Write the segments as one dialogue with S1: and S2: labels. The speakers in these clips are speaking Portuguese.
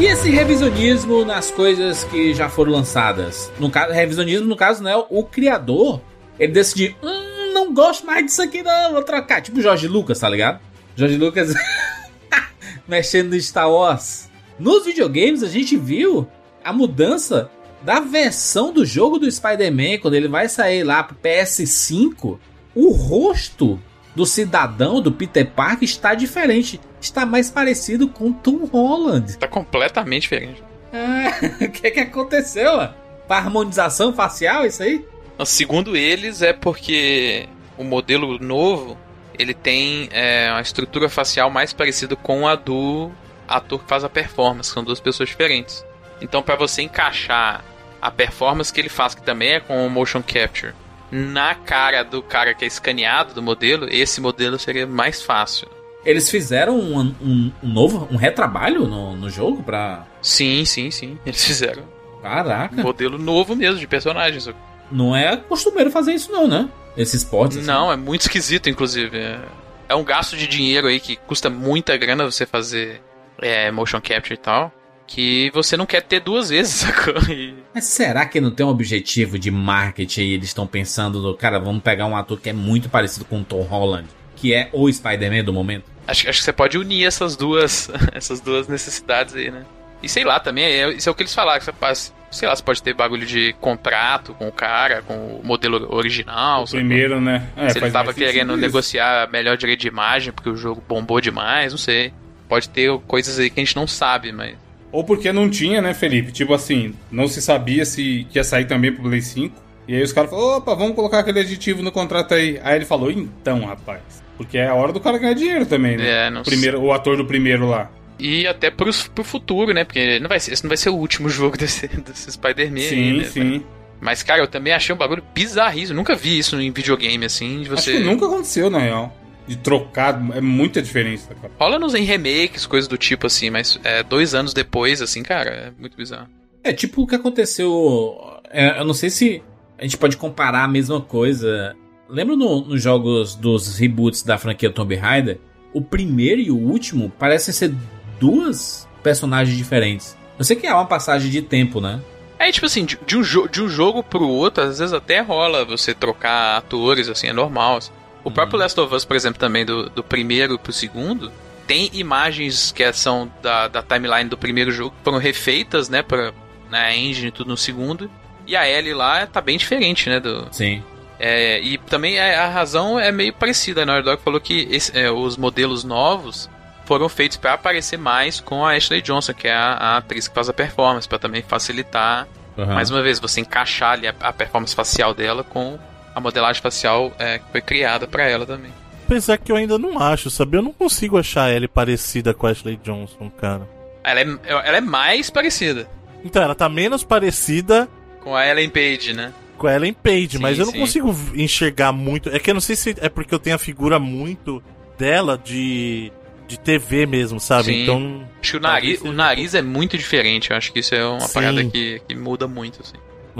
S1: E esse revisionismo nas coisas que já foram lançadas? No caso, revisionismo, no caso, né? O criador, ele decidiu, hum, não gosto mais disso aqui não, vou trocar. Tipo Jorge Lucas, tá ligado? Jorge Lucas mexendo no Star Wars. Nos videogames a gente viu a mudança da versão do jogo do Spider-Man, quando ele vai sair lá pro PS5, o rosto do cidadão, do Peter Parker, está diferente. Está mais parecido com Tom Holland.
S2: Tá completamente diferente.
S1: Ah, o que, que aconteceu? ó? Pra harmonização facial, isso aí?
S2: Não, Segundo eles, é porque o modelo novo ele tem é, uma estrutura facial mais parecida com a do ator que faz a performance, são duas pessoas diferentes. Então, para você encaixar a performance que ele faz, que também é com o motion capture, na cara do cara que é escaneado do modelo, esse modelo seria mais fácil.
S1: Eles fizeram um, um- um novo, um retrabalho no, no jogo pra.
S2: Sim, sim, sim. Eles fizeram um
S1: Caraca.
S2: modelo novo mesmo de personagens.
S1: Não é costumeiro fazer isso, não, né? Esses portes. assim.
S2: Não, é muito esquisito, inclusive. É- É um gasto de dinheiro aí que custa muita grana você fazer é, motion capture e tal. Que você não quer ter duas vezes, sacou? E-
S1: Mas será que não tem um objetivo de marketing e eles estão pensando no cara, vamos pegar um ator que é muito parecido com o Tom Holland, que é o Spider-Man do momento?
S2: acho, acho que você pode unir essas duas, essas duas necessidades aí, né? E sei lá também, é- isso é o que eles falaram. Que você faz, sei lá, você pode ter bagulho de contrato com o cara, com o modelo original.
S3: O
S2: sacou?
S3: primeiro, né? É,
S2: Se ele
S3: faz
S2: tava
S3: mais sentido
S2: querendo
S3: isso.
S2: negociar melhor direito de imagem, porque o jogo bombou demais, não sei. Pode ter coisas aí que a gente não sabe, mas.
S3: Ou porque não tinha, né, Felipe? Tipo assim, não se sabia se que ia sair também pro Play 5. E aí os caras falaram, opa, vamos colocar aquele aditivo no contrato aí. Aí ele falou, então, rapaz. Porque é a hora do cara ganhar dinheiro também, né?
S2: É, não
S3: O primeiro, o ator do primeiro lá.
S2: E até pros, pro futuro, né? Porque não vai ser, esse não vai ser o último jogo desse, desse Spider-Man. aí,
S3: sim,
S2: né?
S3: sim.
S2: Mas, cara, eu também achei um bagulho bizarríssimo. Nunca vi isso em videogame, assim, de
S3: Acho
S2: você...
S3: que nunca aconteceu, na real. De trocar, é muita diferença, cara.
S2: Rola nos em remakes, coisas do tipo, assim, mas é, dois anos depois, assim, cara, é muito bizarro.
S1: É tipo o que aconteceu. é, eu não sei se a gente pode comparar a mesma coisa. Lembra no- nos jogos dos reboots da franquia Tomb Raider? O primeiro e o último parecem ser duas personagens diferentes. Eu sei que há uma passagem de tempo, né?
S2: É, tipo assim, de, de um jo- de um jogo pro outro, às vezes até rola você trocar atores, assim, é normal. assim. O
S1: Uhum.
S2: próprio Last of Us, por exemplo, também, do, do primeiro pro segundo, tem imagens que é, são da, da timeline do primeiro jogo, que foram refeitas, né, pra, na engine e tudo no segundo. E a Ellie lá tá bem diferente, né, do,
S1: Sim.
S2: é, e também é- a razão é meio parecida. A Naughty Dog falou que esse- é, os modelos novos foram feitos para aparecer mais com a Ashley Johnson, que é a, a atriz que faz a performance, para também facilitar,
S4: Ah.
S2: mais uma vez, você encaixar ali a, a performance facial dela com a modelagem facial é, que foi criada para ela também.
S4: Apesar que eu ainda não acho, sabe? Eu não consigo achar ela parecida com a Ashley Johnson, cara.
S2: Ela é, ela é mais parecida
S4: Então, ela tá menos parecida
S2: com a Ellen Page, né?
S4: com a Ellen Page,
S2: Sim,
S4: mas eu não
S2: sim.
S4: consigo enxergar muito. É que eu não sei se é porque eu tenho a figura muito dela de, de TV mesmo, sabe?
S2: Sim.
S4: Então,
S2: Acho que o
S4: Talvez
S2: nariz,
S4: seja
S2: o
S4: um
S2: nariz é muito diferente. Eu acho que isso é uma
S4: Sim.
S2: parada que, que muda muito. Assim.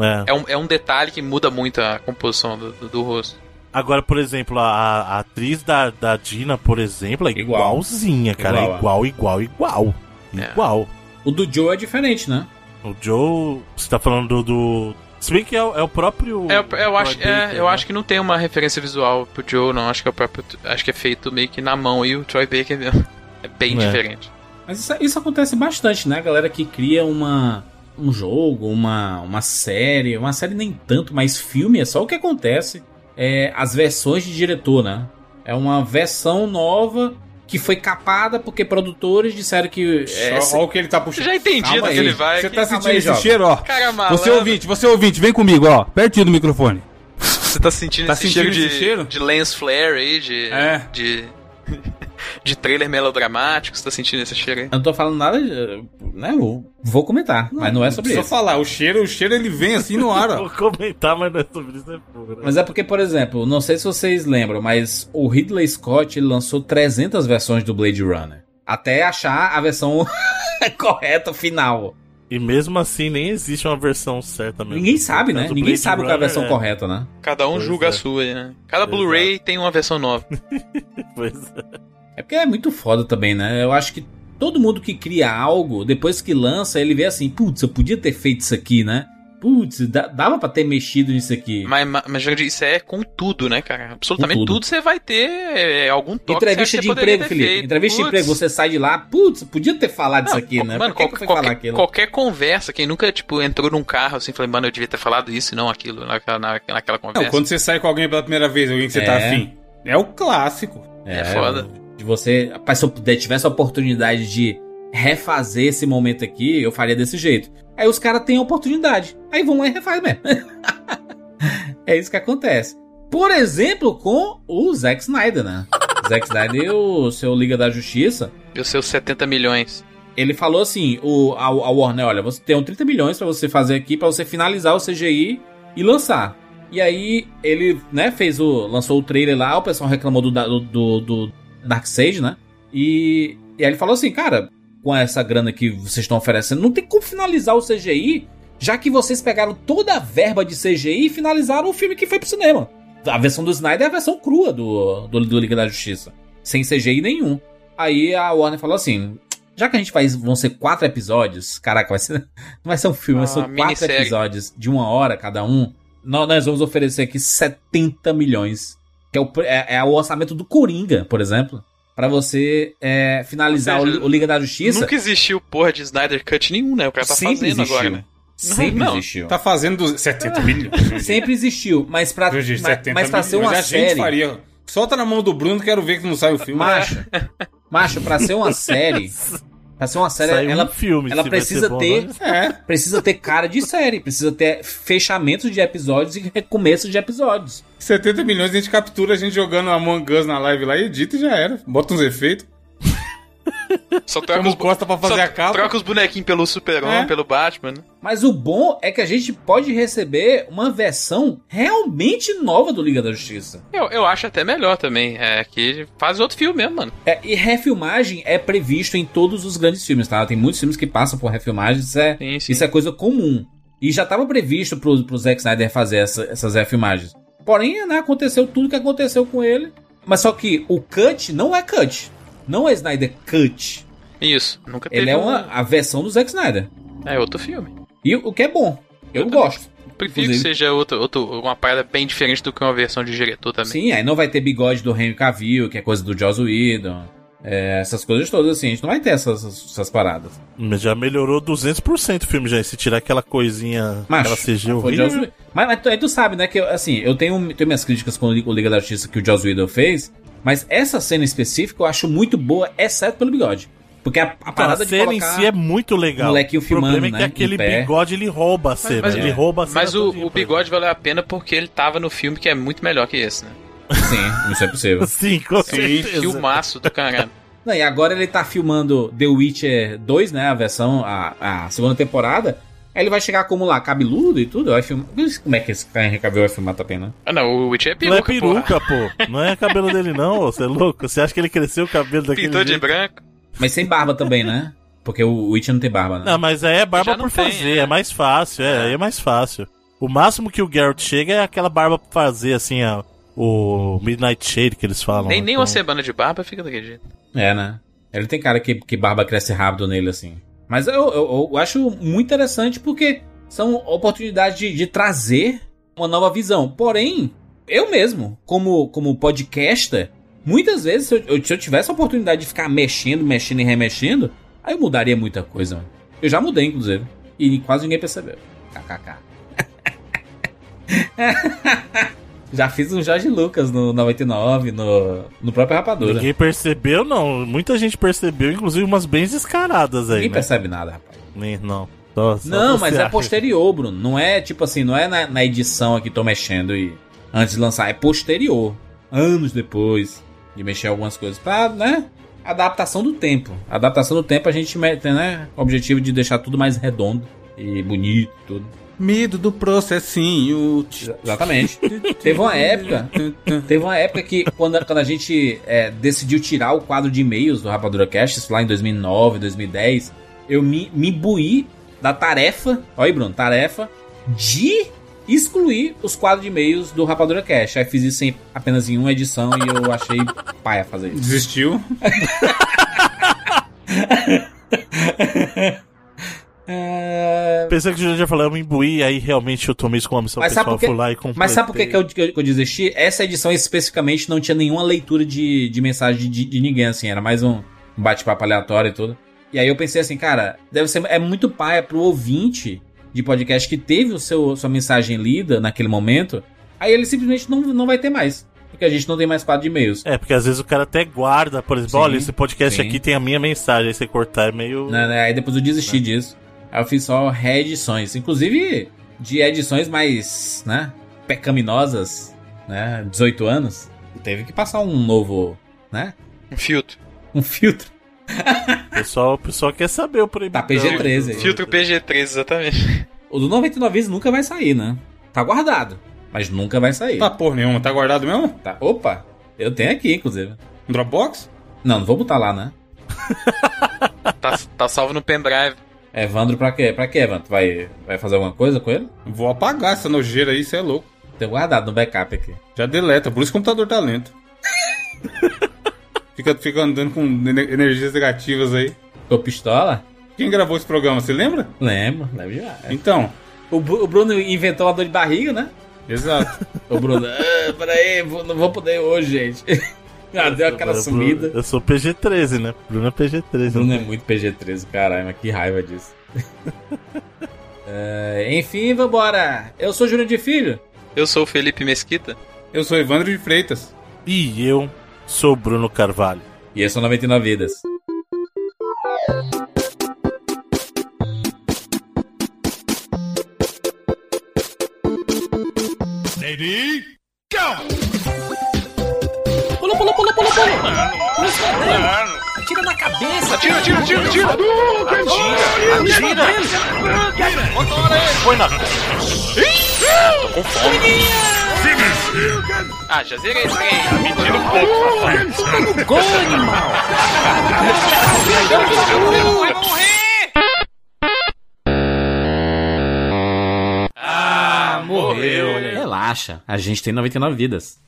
S4: é.
S2: É, um, é um detalhe que muda muito a composição do- do- do rosto.
S4: Agora, por exemplo, a, a atriz da, da Dina, por exemplo, é
S1: Igual.
S4: igualzinha, cara. É
S1: Igual,
S4: Igual, igual, igual.
S2: É.
S4: Igual.
S1: O do Joe é diferente, né?
S4: O Joe, você tá falando do. do... Se bem que é, o- é o próprio.
S2: É, eu, eu
S4: Troy
S2: acho, é,
S4: Baker,
S2: eu
S4: né?
S2: acho que não tem uma referência visual pro Joe, não. Acho que é o próprio. Acho que é feito meio que na mão e o Troy Baker mesmo. É bem
S4: É.
S2: diferente.
S1: Mas isso, isso acontece bastante, né? A galera que cria uma, um jogo, uma, uma série, uma série nem tanto, mas filme é só o que acontece. É, as versões de diretor, né? É uma versão nova que foi capada porque produtores disseram que. É,
S3: Só, olha o que ele tá
S2: Você
S3: puxando.
S2: já entendi
S1: Calma
S2: onde
S1: aí.
S2: ele vai.
S3: Você
S2: que-
S3: tá
S1: Calma
S3: sentindo
S1: aí,
S3: esse
S1: jovem.
S3: cheiro, ó.
S2: Cara malandro,
S3: Você ouvinte, você ouvinte, vem comigo, ó. Pertinho do microfone.
S2: Você tá sentindo
S3: Tá
S2: esse
S3: sentindo
S2: cheiro,
S3: esse
S2: de,
S3: cheiro?
S2: de lens flare aí, de.
S3: É.
S2: De, de trailer melodramático. Você tá sentindo esse cheiro aí?
S1: eu não tô falando nada. eh, Né? Eu vou comentar, mas não é sobre
S3: Só
S1: isso.
S3: falar, o cheiro, o cheiro ele vem assim no ar, ó.
S4: Vou comentar, mas não é sobre isso, é pura.
S1: Mas é porque, por exemplo, não sei se vocês lembram, mas o Ridley Scott ele lançou 300 versões do Blade Runner. Até achar a versão correta final.
S4: E mesmo assim, nem existe uma versão certa mesmo.
S1: é- Ninguém sabe, né?
S4: Mas o
S1: Ninguém
S4: Blade
S1: sabe qual é a
S4: Runner
S1: versão correta, né?
S2: Cada um
S4: Pois
S2: julga
S4: é.
S2: a sua, aí, né? Cada
S4: Exato.
S2: Blu-ray tem uma versão nova.
S4: Pois é.
S1: É porque é muito foda também, né? Eu acho que Todo mundo que cria algo, depois que lança, ele vê assim, putz, eu podia ter feito isso aqui, né? Putz, dá- dava pra ter mexido nisso aqui.
S2: Mas, mas, mas Jandir, isso é com tudo, né, cara? Absolutamente
S1: Com tudo.
S2: tudo você vai ter é, algum toque
S1: Entrevista
S2: certo que
S1: de
S2: você poderia
S1: emprego,
S2: ter
S1: Felipe.
S2: feito.
S1: Entrevista de
S2: Putz.
S1: emprego, você sai de lá, putz, podia ter falado
S2: Não,
S1: isso aqui,
S2: co-
S1: né?
S2: Mano,
S1: Por que
S2: qual-
S1: que eu fui falar
S2: qualquer,
S1: aquilo?
S2: qualquer conversa, quem nunca, tipo, entrou num carro assim, falei, mano, eu devia ter falado isso e não aquilo naquela, na- naquela
S3: Não,
S2: conversa.
S3: quando você sai com alguém pela primeira vez, alguém que você tá
S1: É.
S3: afim. É o clássico.
S2: É foda.
S1: De você, rapaz, se eu puder, tivesse a oportunidade de refazer esse momento aqui, eu faria desse jeito. Aí os caras têm a oportunidade. Aí vão lá e refaz mesmo. é isso que acontece. Por exemplo, com o Zack Snyder, né? Zack Snyder, e o seu Liga da Justiça,
S2: E os seus 70 milhões.
S1: ele falou assim, o, a, a Warner, olha, você tem 30 milhões pra você fazer aqui, pra você finalizar o CGI e lançar. E aí ele, né, fez o lançou o trailer lá, o pessoal reclamou do da- do, do, do Dark Sage, né? E, e aí ele falou assim, cara, com essa grana que vocês estão oferecendo, não tem como finalizar o CGI, já que vocês pegaram toda a verba de CGI e finalizaram o filme que foi pro cinema. A versão do Snyder é a versão crua do, do, do Liga da Justiça, sem CGI nenhum. Aí a Warner falou assim, já que a gente faz, vão ser quatro episódios, caraca, vai ser, não vai ser um filme,
S2: Ah,
S1: são quatro
S2: minissérie.
S1: episódios de uma hora cada um. Nó- Nós, vamos oferecer aqui 70 milhões, que é o, pre- é, é o orçamento do Coringa, por exemplo, pra você é, finalizar
S2: Ou seja,
S1: o, o Liga da Justiça.
S2: Nunca existiu porra de Snyder Cut nenhum, né? O cara tá
S1: sempre
S2: fazendo
S1: é existiu.
S2: agora, né?
S1: Sempre
S2: Não, não.
S1: existiu.
S3: Tá fazendo dos- 70 milhões. Jurandir.
S1: Sempre existiu, mas pra,
S3: Jurandir,
S1: mas,
S4: é
S3: 70
S1: mas pra ser uma
S3: milhões, a gente
S1: série.
S3: faria. Solta na mão do Bruno, quero ver que não sai o filme.
S1: Macho, macho, pra ser uma série. Pra ser uma série,
S4: é. Saiu um
S1: ela
S4: filme,
S1: ela
S4: se vai
S1: precisa
S4: ser bom,
S1: ter-
S4: né?
S3: É.
S1: precisa ter cara de série, precisa ter fechamento de episódios e recomeço de episódios.
S3: 70 milhões a gente captura a gente jogando Among Us na live lá, edita e já era. Bota uns efeitos.
S2: Só troca
S3: Chama
S2: os,
S3: o Costa pra fazer
S2: só
S3: a capa.
S2: troca os bonequinhos pelo Super-Homem,
S3: É.
S2: pelo Batman, né?
S1: Mas o bom é que a gente pode receber uma versão realmente nova do Liga da Justiça.
S2: Eu, eu acho até melhor também. É que faz outro filme mesmo, mano.
S1: É, e refilmagem é previsto em todos os grandes filmes, tá? Tem muitos filmes que passam por refilmagem, isso é,
S2: Sim, sim.
S1: isso é coisa comum. E já estava previsto pro, pro Zack Snyder fazer essa- essas refilmagens. Porém, né, aconteceu tudo que aconteceu com ele. Mas só que o cut não é cut. Não é Snyder Cut.
S2: Isso. Nunca teve.
S1: Ele é
S2: um-
S1: uma, a versão do Zack Snyder.
S2: É outro filme.
S1: E o que é bom. Eu,
S2: Eu também.
S1: gosto.
S2: Prefiro
S1: Inclusive.
S2: que seja outro, outro, uma parada bem diferente do que uma versão de diretor também.
S1: Sim, aí não vai ter bigode do Henry Cavill, que é coisa do Joss Whedon. É, essas coisas todas, assim. A gente não vai ter essas, essas paradas.
S4: Mas já melhorou 200% o filme já. E se tirar aquela coisinha,
S1: Macho,
S4: aquela CG
S1: Foi
S4: horrível.
S1: Joss Whedon. Mas, mas tu, aí tu sabe, né? Que eu, assim, eu tenho, tenho minhas críticas com o Liga da Justiça que o Joss Whedon fez, mas essa cena específica eu acho muito boa, exceto pelo bigode. Porque a, a
S4: Cara,
S1: parada
S4: Ah, a
S1: de
S4: cena em
S1: colocar...
S4: si é muito legal.
S1: molequinho
S4: o problema
S1: filmando,
S4: é que
S1: né, em
S4: aquele
S1: pé.
S4: bigode ele rouba a cena.
S2: mas-
S4: ele
S1: é.
S4: rouba a cena.
S2: Mas o,
S4: todinha,
S2: o
S4: por
S2: bigode valeu a pena porque ele tava no filme que é muito melhor que esse, né?
S1: Sim, isso é possível.
S4: exemplo. Sim, com
S3: Sim,
S4: certeza.
S2: Filmaço do caralho.
S1: Não, e agora ele tá filmando The Witcher 2, né? A versão, a, a segunda temporada. Aí ele vai chegar como lá, cabeludo e tudo. Vai filmar. Como é que esse cara Cavill vai filmar também, né?
S2: Ah, não, o Witch é
S4: não é
S2: peruca, porra.
S4: peruca, pô. Não é cabelo dele, não, ô, você é louco. Você acha que ele cresceu o cabelo daquele
S2: Pintou de
S4: jeito?
S2: branco.
S1: Mas sem barba também, né? Porque o Witcher não tem barba, né?
S4: Não, mas aí é barba
S2: Já não
S4: por
S2: tem,
S4: fazer,
S2: né?
S4: é mais fácil, é, aí é mais fácil. O máximo que o Geralt chega é aquela barba por fazer, assim, a- o Midnight Shade que eles
S1: Tá
S4: falam.
S2: Nem, nem
S4: Então,
S2: uma semana de barba fica daquele jeito.
S1: É, né? Ele tem cara que, que barba cresce rápido nele, assim. Mas eu, eu, eu acho muito interessante porque são oportunidades de, de trazer uma nova visão. Porém, eu mesmo, como, como podcaster, muitas vezes, se eu, eu- se eu tivesse a oportunidade de ficar mexendo, mexendo e remexendo, aí eu mudaria muita coisa. mano. Eu já mudei, inclusive. E quase ninguém percebeu. KKK. já fiz um Jorge Lucas no 99, no, no próprio Rapadura.
S4: Ninguém percebeu, não. Muita gente percebeu, inclusive umas bem descaradas aí.
S1: Ninguém
S4: Né?
S1: percebe nada, rapaz.
S4: Nem, não. Só- só
S1: não,
S4: você
S1: mas é
S4: acha.
S1: posterior, Bruno. Não é tipo assim, não é na, na edição aqui tô mexendo e antes de lançar, é posterior. Anos depois de mexer algumas coisas pra, né? Adaptação do tempo. Adaptação do tempo a gente mete, né? O objetivo de deixar tudo mais redondo e bonito, tudo.
S3: Medo do processinho.
S1: Ex- Exatamente. Teve uma época- Teve uma época que, quando, quando a gente é, decidiu tirar o quadro de e-mails do Rapadura Cast, isso lá em 2009, 2010, eu me, me imbuí da tarefa, olha aí, Bruno, tarefa de excluir os quadros de e-mails do Rapadura Cast. Aí fiz isso em, apenas em uma edição e eu achei paia fazer isso.
S3: Desistiu.
S1: É,
S4: Pensei que o Juliano já falou, eu me imbuí, aí realmente eu tomei isso como ambição
S1: Mas sabe
S4: pessoal,
S1: por quê?
S4: fui lá e comprei.
S1: Mas sabe por que, que, eu, que, eu, que eu desisti? Essa edição especificamente não tinha nenhuma leitura de, de mensagem de, de ninguém, assim. Era mais um bate-papo aleatório e tudo. E aí eu pensei assim, cara, deve ser. É muito paia pro ouvinte de podcast que teve o seu, sua mensagem lida naquele momento. Aí ele simplesmente não, não vai ter mais. Porque a gente não tem mais quadro de e-mails.
S4: É, porque às vezes o cara até guarda, por exemplo,
S1: Sim,
S4: olha, esse podcast
S1: sim.
S4: aqui tem a minha mensagem, aí você cortar é meio.
S1: né, né? Aí depois eu desisti disso. Aí eu fiz só reedições. Inclusive de edições mais, né? Pecaminosas, né? 18 anos. Teve que passar um novo, né?
S2: Um filtro.
S1: Um filtro.
S4: O pessoal, o pessoal quer saber o proibido.
S1: Tá PG-13 aí.
S2: Filtro PG-13, exatamente.
S1: O do 99 vezes nunca vai sair, né? Tá guardado. Mas nunca vai sair.
S3: Tá porra nenhuma, tá guardado mesmo? Um
S1: Tá- Opa! Eu tenho aqui, inclusive.
S3: Dropbox?
S1: Não, não vou botar lá, né?
S2: Tá, tá salvo no pendrive.
S1: Evandro, pra quê? Pra quê, Evandro? Vai, vai fazer alguma coisa com ele?
S3: Vou apagar essa nojeira aí, você é louco.
S1: Tenho guardado no backup aqui.
S3: Já deleta, por isso o computador tá lento. fica, fica andando com ener- energias negativas aí.
S1: Tô pistola?
S3: Quem gravou esse programa, você lembra?
S1: Lembro, lembro demais.
S3: Então,
S1: O, Bru- o Bruno inventou a dor de barriga, né?
S3: exato.
S1: O Bruno, ah, peraí, vou- não vou poder hoje, gente. Já deu aquela
S4: Eu sou-
S1: sumida.
S4: Eu sou PG-13, né? Bruno é PG-13.
S1: Bruno
S4: né?
S1: é muito PG-13, caralho, mas que raiva disso. É, enfim, vambora. Eu sou Júnior de Filho.
S2: Eu sou o Felipe Mesquita.
S3: Eu sou Evandro de Freitas.
S4: E eu sou Bruno Carvalho.
S1: E esse é o 99 Vidas. Pula, pula, pula, pula, pula! Atira na cabeça!
S5: Tira, tira, tira, tira! Atira, atira!
S2: Ah, já zerei esse game.
S5: Tira um pouco, rapaz!
S2: Morreu.
S1: Relaxa, a gente tem 99 vidas.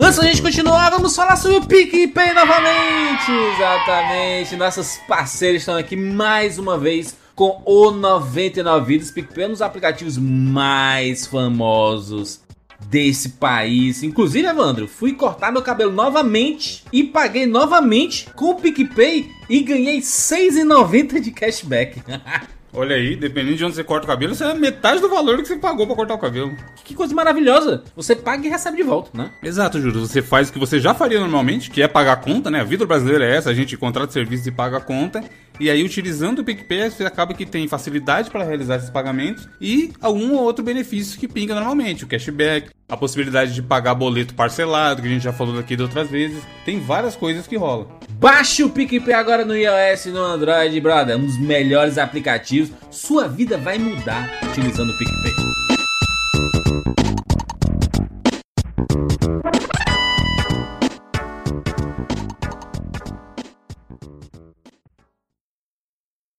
S1: Antes da gente continuar, vamos falar sobre o PicPay novamente! Exatamente, nossos parceiros estão aqui mais uma vez com o 99 Vidas PicPay, um dos aplicativos mais famosos desse país. Inclusive, Evandro, fui cortar meu cabelo novamente e paguei novamente com o PicPay e ganhei R$ 6,90 de cashback.
S3: Olha aí, dependendo de onde você corta o cabelo, você é metade do valor que você pagou pra cortar o cabelo.
S1: Que coisa maravilhosa! Você paga e recebe de volta, né?
S3: Exato, Júlio. Você faz o que você já faria normalmente, que é pagar a conta, né? A vida brasileira é essa, a gente contrata serviços e paga a conta. E aí, utilizando o PicPay, você acaba que tem facilidade para realizar esses pagamentos e algum ou outro benefício que pinga normalmente, o cashback, a possibilidade de pagar boleto parcelado, que a gente já falou aqui de outras vezes. Tem várias coisas que rolam.
S1: Baixe o PicPay agora no iOS e no Android, brother. Um dos melhores aplicativos. Sua vida vai mudar utilizando o PicPay.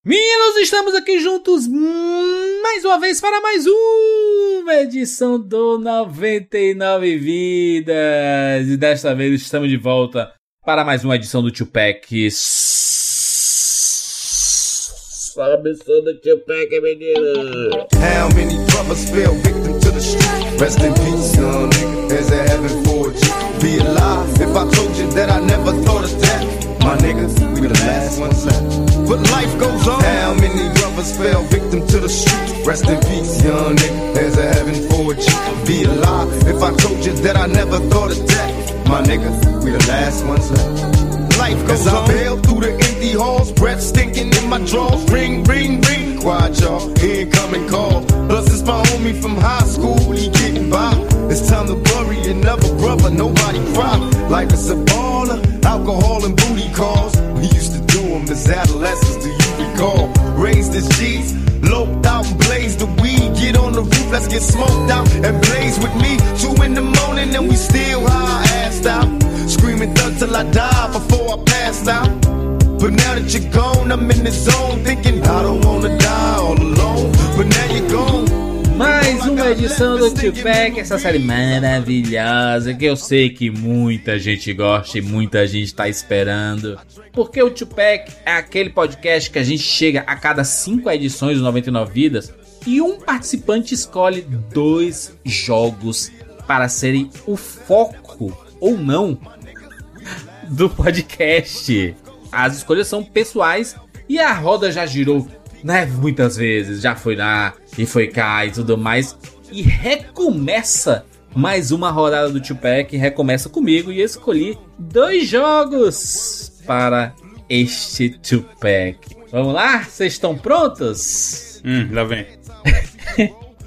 S1: Meninos, estamos aqui juntos mais uma vez para mais uma edição do 99 Vidas. E desta vez estamos de volta para mais uma edição do Tupac.
S6: How many brothers fell victim to the street? Rest in peace, young nigga. There's a heaven for you. Be alive if I told you that I never thought of that. My niggas, we the last ones left. But life goes on. How many brothers fell victim to the street? Rest in peace, young nigga. There's a heaven for you. Be alive if I told you that I never thought of that. My niggas, we the last ones left. Life goes on. I bail through the empty halls, breath stinking in my drawers. Ring, ring, ring. Quiet, y'all. Incoming call. Plus, it's my homie from high school. He getting by. It's time to bury another brother. Nobody cry. Life is a baller. Alcohol and booty calls. We used to do them as adolescents. Do you recall? Raised as G's. Loped out and blazed the weed. Get on the roof. Let's get smoked out and blaze with me. Two in the morning and we still high assed out. Screaming thug till I die before I passed out. But now that you're gone, I'm in the zone thinking I don't wanna die all alone. But now you're gone.
S1: Mais uma a edição do Tio Pack, essa série maravilhosa que eu sei que muita gente gosta e muita gente tá esperando. Porque o Tio Pack é aquele podcast que a gente chega a cada cinco edições do 99 Vidas e um participante escolhe dois jogos para serem o foco ou não do podcast. As escolhas são pessoais e a roda já girou né, muitas vezes, já foi lá e foi cá e tudo mais. E recomeça mais uma rodada do Tupac, recomeça comigo e eu escolhi dois jogos para este Tupac. Vamos lá? Vocês estão prontos?
S3: Hum, lá vem.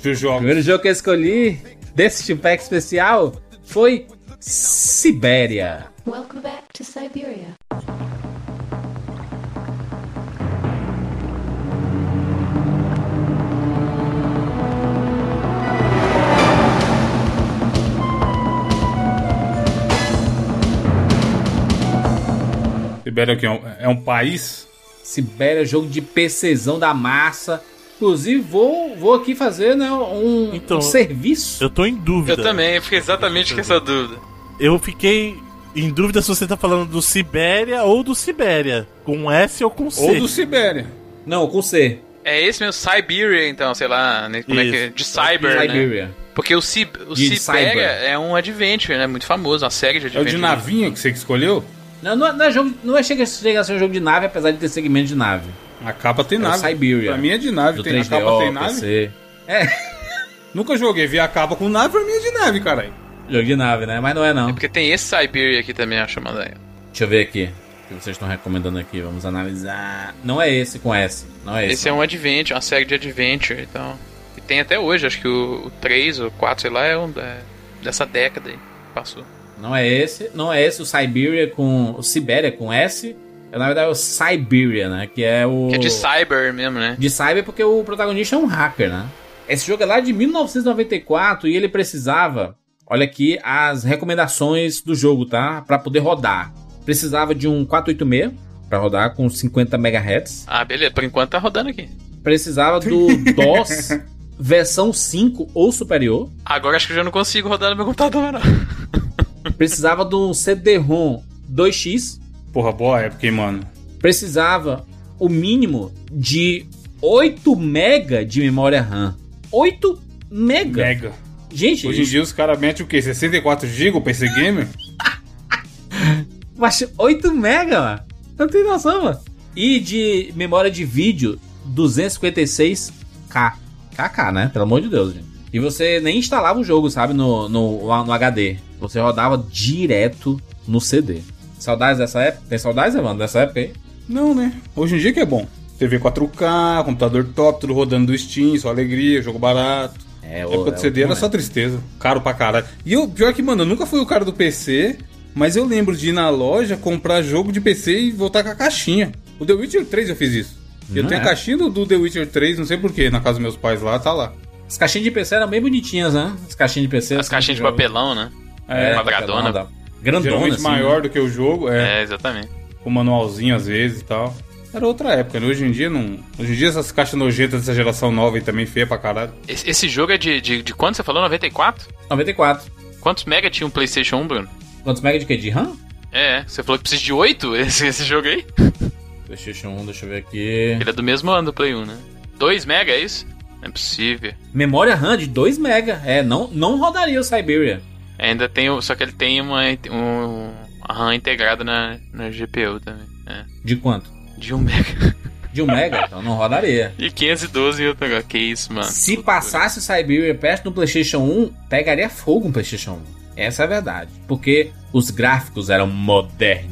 S3: Dos
S1: O
S3: jogos.
S1: primeiro jogo que eu escolhi desse Tupac especial foi Sibéria.
S7: Welcome back to Siberia.
S3: Sibéria aqui é um, é um país?
S1: Sibéria, jogo de PCzão da massa. Inclusive, vou, vou aqui fazer né, um,
S4: Então,
S1: um serviço.
S4: Eu tô em dúvida.
S2: Eu também, eu fiquei exatamente com essa dúvida.
S4: Eu fiquei em dúvida se você tá falando do Sibéria ou do Sibéria. Com S ou com C.
S3: Ou do Sibéria.
S1: Não, com C.
S2: É esse mesmo, Siberia, então, sei lá, né, como é
S4: Isso.
S2: que é? De Cyber, né?
S1: Siberia.
S2: Porque o, Cib o
S1: De cyber.
S2: Siberia é um adventure, né? Muito famoso, uma série de
S3: É o de
S2: adventure.
S3: navinha que você que escolheu?
S1: Não, não é, não é jogo, não é chega, chega a ser um jogo de nave, apesar de ter segmento de nave.
S3: A capa tem
S1: É o
S3: nave.
S1: Siberia.
S3: Pra mim é de nave.
S1: Do
S3: Tem, a capa tem
S1: 3DO,
S3: nave.
S1: PC.
S3: Nunca joguei. Vi a capa com nave, pra mim é de nave, caralho.
S1: Jogo de nave, né? Mas não é não.
S2: Porque tem esse Siberia aqui também, acho, mano.
S1: Deixa eu ver aqui. O que vocês estão recomendando aqui? Vamos analisar. Não é esse com S. Não é esse.
S2: Esse é um adventure, uma série de adventure, então. E tem até hoje, acho que o, o 3 ou 4, sei lá, é um da- dessa década aí. que Passou.
S1: Não é esse. Não é esse o Siberia com. O Sibéria com S. É, na verdade é o Siberia, né? Que é o.
S2: Que é de cyber mesmo, né?
S1: de cyber porque o protagonista é um hacker, né? Esse jogo é lá de 1994 e ele precisava, olha aqui as recomendações do jogo, tá? Pra poder rodar. Precisava de um 486 pra rodar com 50 MHz.
S2: Ah, beleza, por enquanto tá rodando aqui.
S1: Precisava do DOS versão 5 ou superior.
S2: Agora acho que eu já não consigo rodar no meu computador, não.
S1: Precisava um do CD-ROM 2x.
S3: Porra, boa época, hein, mano.
S1: Precisava o mínimo de 8 MB de memória RAM. 8 mega.
S3: Mega.
S1: Gente,
S3: Hoje em dia os caras metem o quê? 64 GB o PC Gamer?
S1: Mas 8 mega, mano. Eu Não tem noção, mano. E de memória de vídeo, 256K. KK, né? Pelo amor de Deus, gente. E você nem instalava o jogo, sabe? No, no, no HD. Você rodava direto no CD. Saudades dessa época? Tem saudades, Evandro, dessa época aí?
S3: Não, né? Hoje em dia que é bom. TV 4K, computador top, tudo rodando do Steam, só alegria, jogo barato.
S1: É,
S3: Na época do CD era só tristeza. Caro pra caralho. E eu, pior que, mano, eu nunca fui o cara do PC, mas eu lembro de ir na loja, comprar jogo de PC e voltar com a caixinha. O The Witcher 3 eu fiz isso. Eu
S1: Não
S3: tenho
S1: é?
S3: a caixinha do, do The Witcher 3, não sei porquê, na casa dos meus pais lá, tá lá.
S1: As caixinhas de PC eram bem bonitinhas, né? As caixinhas de PC.
S2: As caixinhas de
S1: jogo.
S2: papelão, né?
S1: É,
S2: quadradona.
S1: papelão, da- Grandona,
S3: Geralmente
S1: assim,
S3: maior do que o jogo, é,
S2: É, exatamente.
S3: com manualzinho às vezes e tal. Era outra época, né? Hoje em dia não. Hoje em dia essas caixas nojentas dessa geração nova aí também feia pra caralho.
S2: Esse, esse jogo é de, de, de quanto você falou? 94?
S1: né? 94.
S2: Quantos mega tinha um PlayStation 1, Bruno?
S1: Quantos mega de quê? De RAM?
S2: É, você falou que precisa de 8 esse, esse jogo aí?
S1: PlayStation 1, deixa eu ver aqui.
S2: Ele é do mesmo ano do Play 1, né? 2 mega, é isso? Não é possível.
S1: Memória RAM de 2 mega. É, não, não rodaria o Siberia.
S2: Ainda tem o. Só que ele tem uma um, a RAM integrada na, na GPU também. É.
S1: De quanto?
S2: De 1 mega.
S1: De 1 mega, então não rodaria.
S2: E 512 mil negócio. Que isso, mano.
S1: Se passasse o Siberia perto do PlayStation 1, pegaria fogo no PlayStation 1. Essa é a verdade. Porque os gráficos eram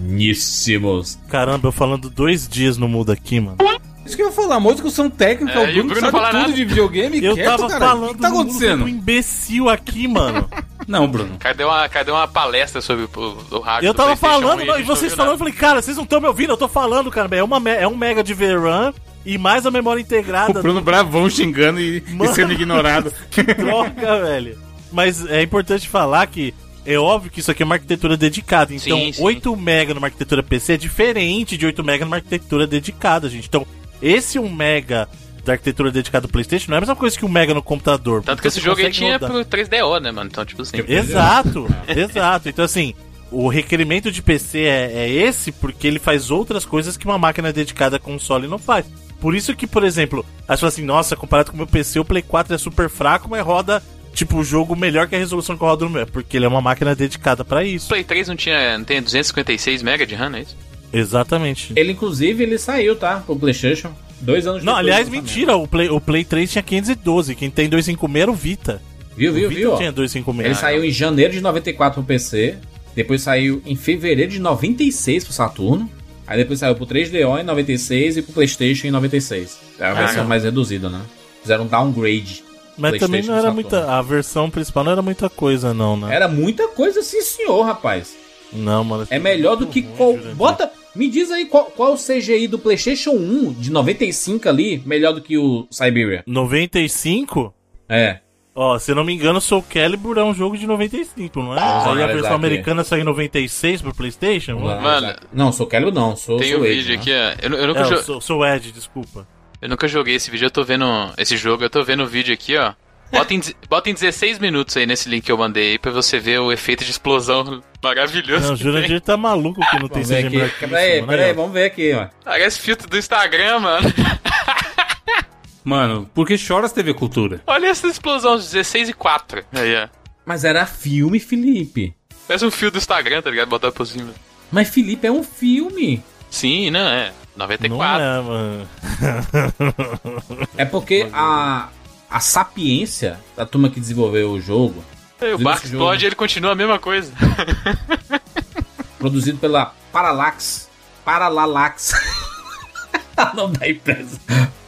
S1: moderníssimos.
S4: Caramba, eu falando dois dias no mundo aqui, mano.
S3: Isso que eu ia falar, músicos são técnicos,
S2: É,
S3: o
S2: e o
S3: Bruno,
S2: Bruno
S3: que sabe
S2: fala
S3: tudo
S2: nada.
S3: de videogame e
S4: Eu
S3: quieto,
S4: tava
S3: cara.
S4: falando
S3: o que tá
S4: no mundo
S3: acontecendo?
S4: como um imbecil aqui, mano.
S3: Não, Bruno.
S2: Cadê uma, cadê uma palestra sobre o, o hack?
S4: Eu
S2: do
S4: tava
S2: PlayStation 1
S4: falando,
S2: a
S3: um,
S4: não, e
S2: gente não
S4: vocês
S2: viu
S4: falando, eu
S2: nada?
S4: falei, cara, vocês não estão me ouvindo, eu tô falando, cara. É, uma, me- é um mega de VRAM e mais a memória
S3: O
S4: integrada.
S3: Bruno bravão xingando e, e
S4: né? Mano.
S3: sendo ignorado.
S4: Troca, velho. Mas é importante falar que é óbvio que isso aqui é uma arquitetura dedicada. Então,
S2: Sim, sim.
S4: 8 mega numa arquitetura PC é diferente de 8 mega numa arquitetura dedicada, gente. Então, esse 1 mega da arquitetura dedicada ao PlayStation, não é a mesma coisa que o Mega no computador.
S2: Tanto
S4: porque
S2: que esse
S4: você
S2: jogo aí
S4: consegue
S2: tinha
S4: rodar.
S2: pro 3DO, né, mano? Então, tipo assim.
S4: Exato, exato. Então, assim, o requerimento de PC é, é esse porque ele faz outras coisas que uma máquina dedicada a console não faz. Por isso que, por exemplo, aí você fala assim, nossa, comparado com o meu PC, o Play 4 é super fraco, mas roda, tipo, o jogo melhor que a resolução que eu rodo no meu. É Porque ele é uma máquina dedicada pra
S2: O
S4: isso.
S2: Play 3 não tinha. Não tem 256 mega de RAM, não é isso?
S4: Exatamente.
S1: Ele, inclusive, ele saiu, tá? Pro PlayStation. Dois anos
S4: Não,
S1: depois
S4: aliás,
S1: do lançamento.
S4: mentira, o Play, o Play 3 tinha 512, quem tem 256 era o Vita.
S1: Viu, viu,
S4: o Vita
S1: viu? ó.
S4: tinha 256.
S2: Ah,
S1: Ele saiu em janeiro de 94 pro PC, depois saiu em fevereiro de 96 pro Saturno, aí depois saiu pro 3DO em 96 e pro PlayStation em 96. É a
S2: Ah,
S1: versão
S2: não.
S1: mais reduzida, né? Fizeram um downgrade.
S4: Mas também
S1: PlayStation
S4: não era
S1: Saturn.
S4: muita. A versão principal não era muita coisa, não, né?
S1: Era muita coisa, sim, senhor, rapaz.
S4: Não, mano.
S1: É melhor do
S4: muito
S1: que
S4: ruim,
S1: qual.
S2: né?
S4: Jurandir.
S1: Bota. Me diz aí qual, qual o CGI do PlayStation 1 de 95 ali, melhor do que o Siberia.
S4: 95?
S1: É.
S4: Ó, se eu não me engano, Soul Calibur é um jogo de 95, não é?
S1: Ah,
S4: Aí a versão
S1: exato.
S4: americana saiu em 96 pro PlayStation?
S2: Mano.
S1: Não, sou Calibur não, sou.
S2: tem
S1: sou
S2: um
S1: Edge,
S2: vídeo
S1: né?
S2: aqui, ó. Eu, nu- eu
S4: É,
S2: nunca
S4: o
S2: jo-
S4: Soul- Soul Edge, desculpa.
S2: eu nunca joguei esse vídeo, eu tô vendo. Esse jogo, eu tô vendo o vídeo aqui, ó. Bota em, deze- bota em 16 minutos aí nesse link que eu mandei aí pra você ver o efeito de explosão maravilhoso.
S4: Não, o
S2: que tem.
S4: Jurandir tá maluco que não tem
S1: Vamos ver
S4: CG melhor
S1: aqui.
S4: que isso,
S1: Peraí,
S4: mano.
S1: peraí,
S4: Aí, ó.
S1: vamos ver aqui, ó.
S2: Parece filtro do Instagram, mano.
S3: Mano, por que choras TV Cultura?
S2: Olha essa explosão, 16 e 4. Aí, ó.
S1: Mas era filme, Felipe.
S2: Parece um fio do Instagram, tá ligado? Botar por cima.
S1: Mas Felipe é um filme.
S2: Sim, não, é. 94.
S4: Não é, mano.
S1: É porque a,
S4: é.
S1: a sapiência da turma que desenvolveu o jogo,
S2: Aí o
S1: Viu
S2: barco
S1: esse jogo?
S2: explode e ele continua a mesma coisa.
S1: produzido pela Parallax. Paralalax. Tá o nome da empresa.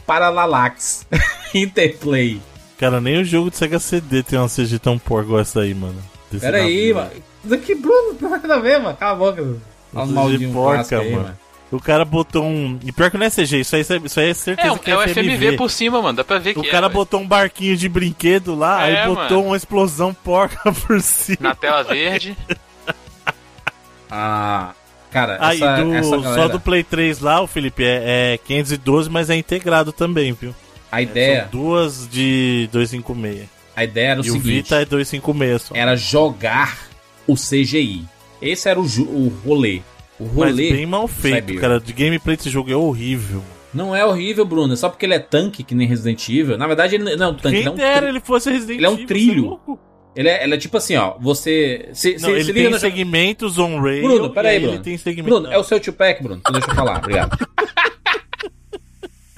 S1: Paralalax. Interplay.
S4: Cara, nem o jogo de Sega CD tem uma CG tão porra igual essa aí, mano. Desse
S1: Pera aí,
S4: navio.
S1: mano. Isso aqui, Bruno, não tem nada a ver, mano. Cala a boca. Fala
S4: CG
S1: maldinho
S4: porca,
S1: clássico aí,
S4: mano. O cara botou um. E pior que não é CG, isso aí, isso aí é certeza
S2: É, um-
S4: que
S2: é o FMV por cima, mano. Dá pra ver
S4: O
S2: que é,
S4: cara
S2: velho.
S4: botou um barquinho de brinquedo lá,
S2: É,
S4: aí botou
S2: mano.
S4: uma explosão porca por cima.
S2: Na tela verde.
S1: Ah, cara,
S4: Aí,
S1: essa,
S4: do-
S1: essa
S4: só
S1: galera,
S4: do Play 3 lá, o Felipe, é, é 512, mas é integrado também, viu?
S1: a ideia,
S4: São duas de 256.
S1: a ideia era É. o
S4: e o
S1: seguinte.
S4: Vita é 256 só.
S1: era jogar o CGI. Esse era o, ju- o rolê. O
S4: mas
S1: um rolê
S4: bem mal feito,
S1: Cyber.
S4: cara. De gameplay desse jogo é horrível.
S1: não é horrível, Bruno. É só porque ele é tanque, que nem Resident Evil. Na verdade, ele não é um tanque,
S4: Quem
S1: ele é um
S4: dera
S1: tri-
S4: ele fosse Resident
S1: ele é um
S4: Evil,
S1: trilho.
S4: você é louco?
S1: Ele é, ele é tipo assim, ó. Você. Se,
S4: Não, ele
S1: liga
S4: tem
S1: no.
S4: segmentos on-rail.
S1: Bruno, peraí,
S4: e aí Ele
S1: Bruno.
S4: tem segmentos...
S1: Bruno, é o seu Tupac, Bruno. Então deixa eu falar, obrigado.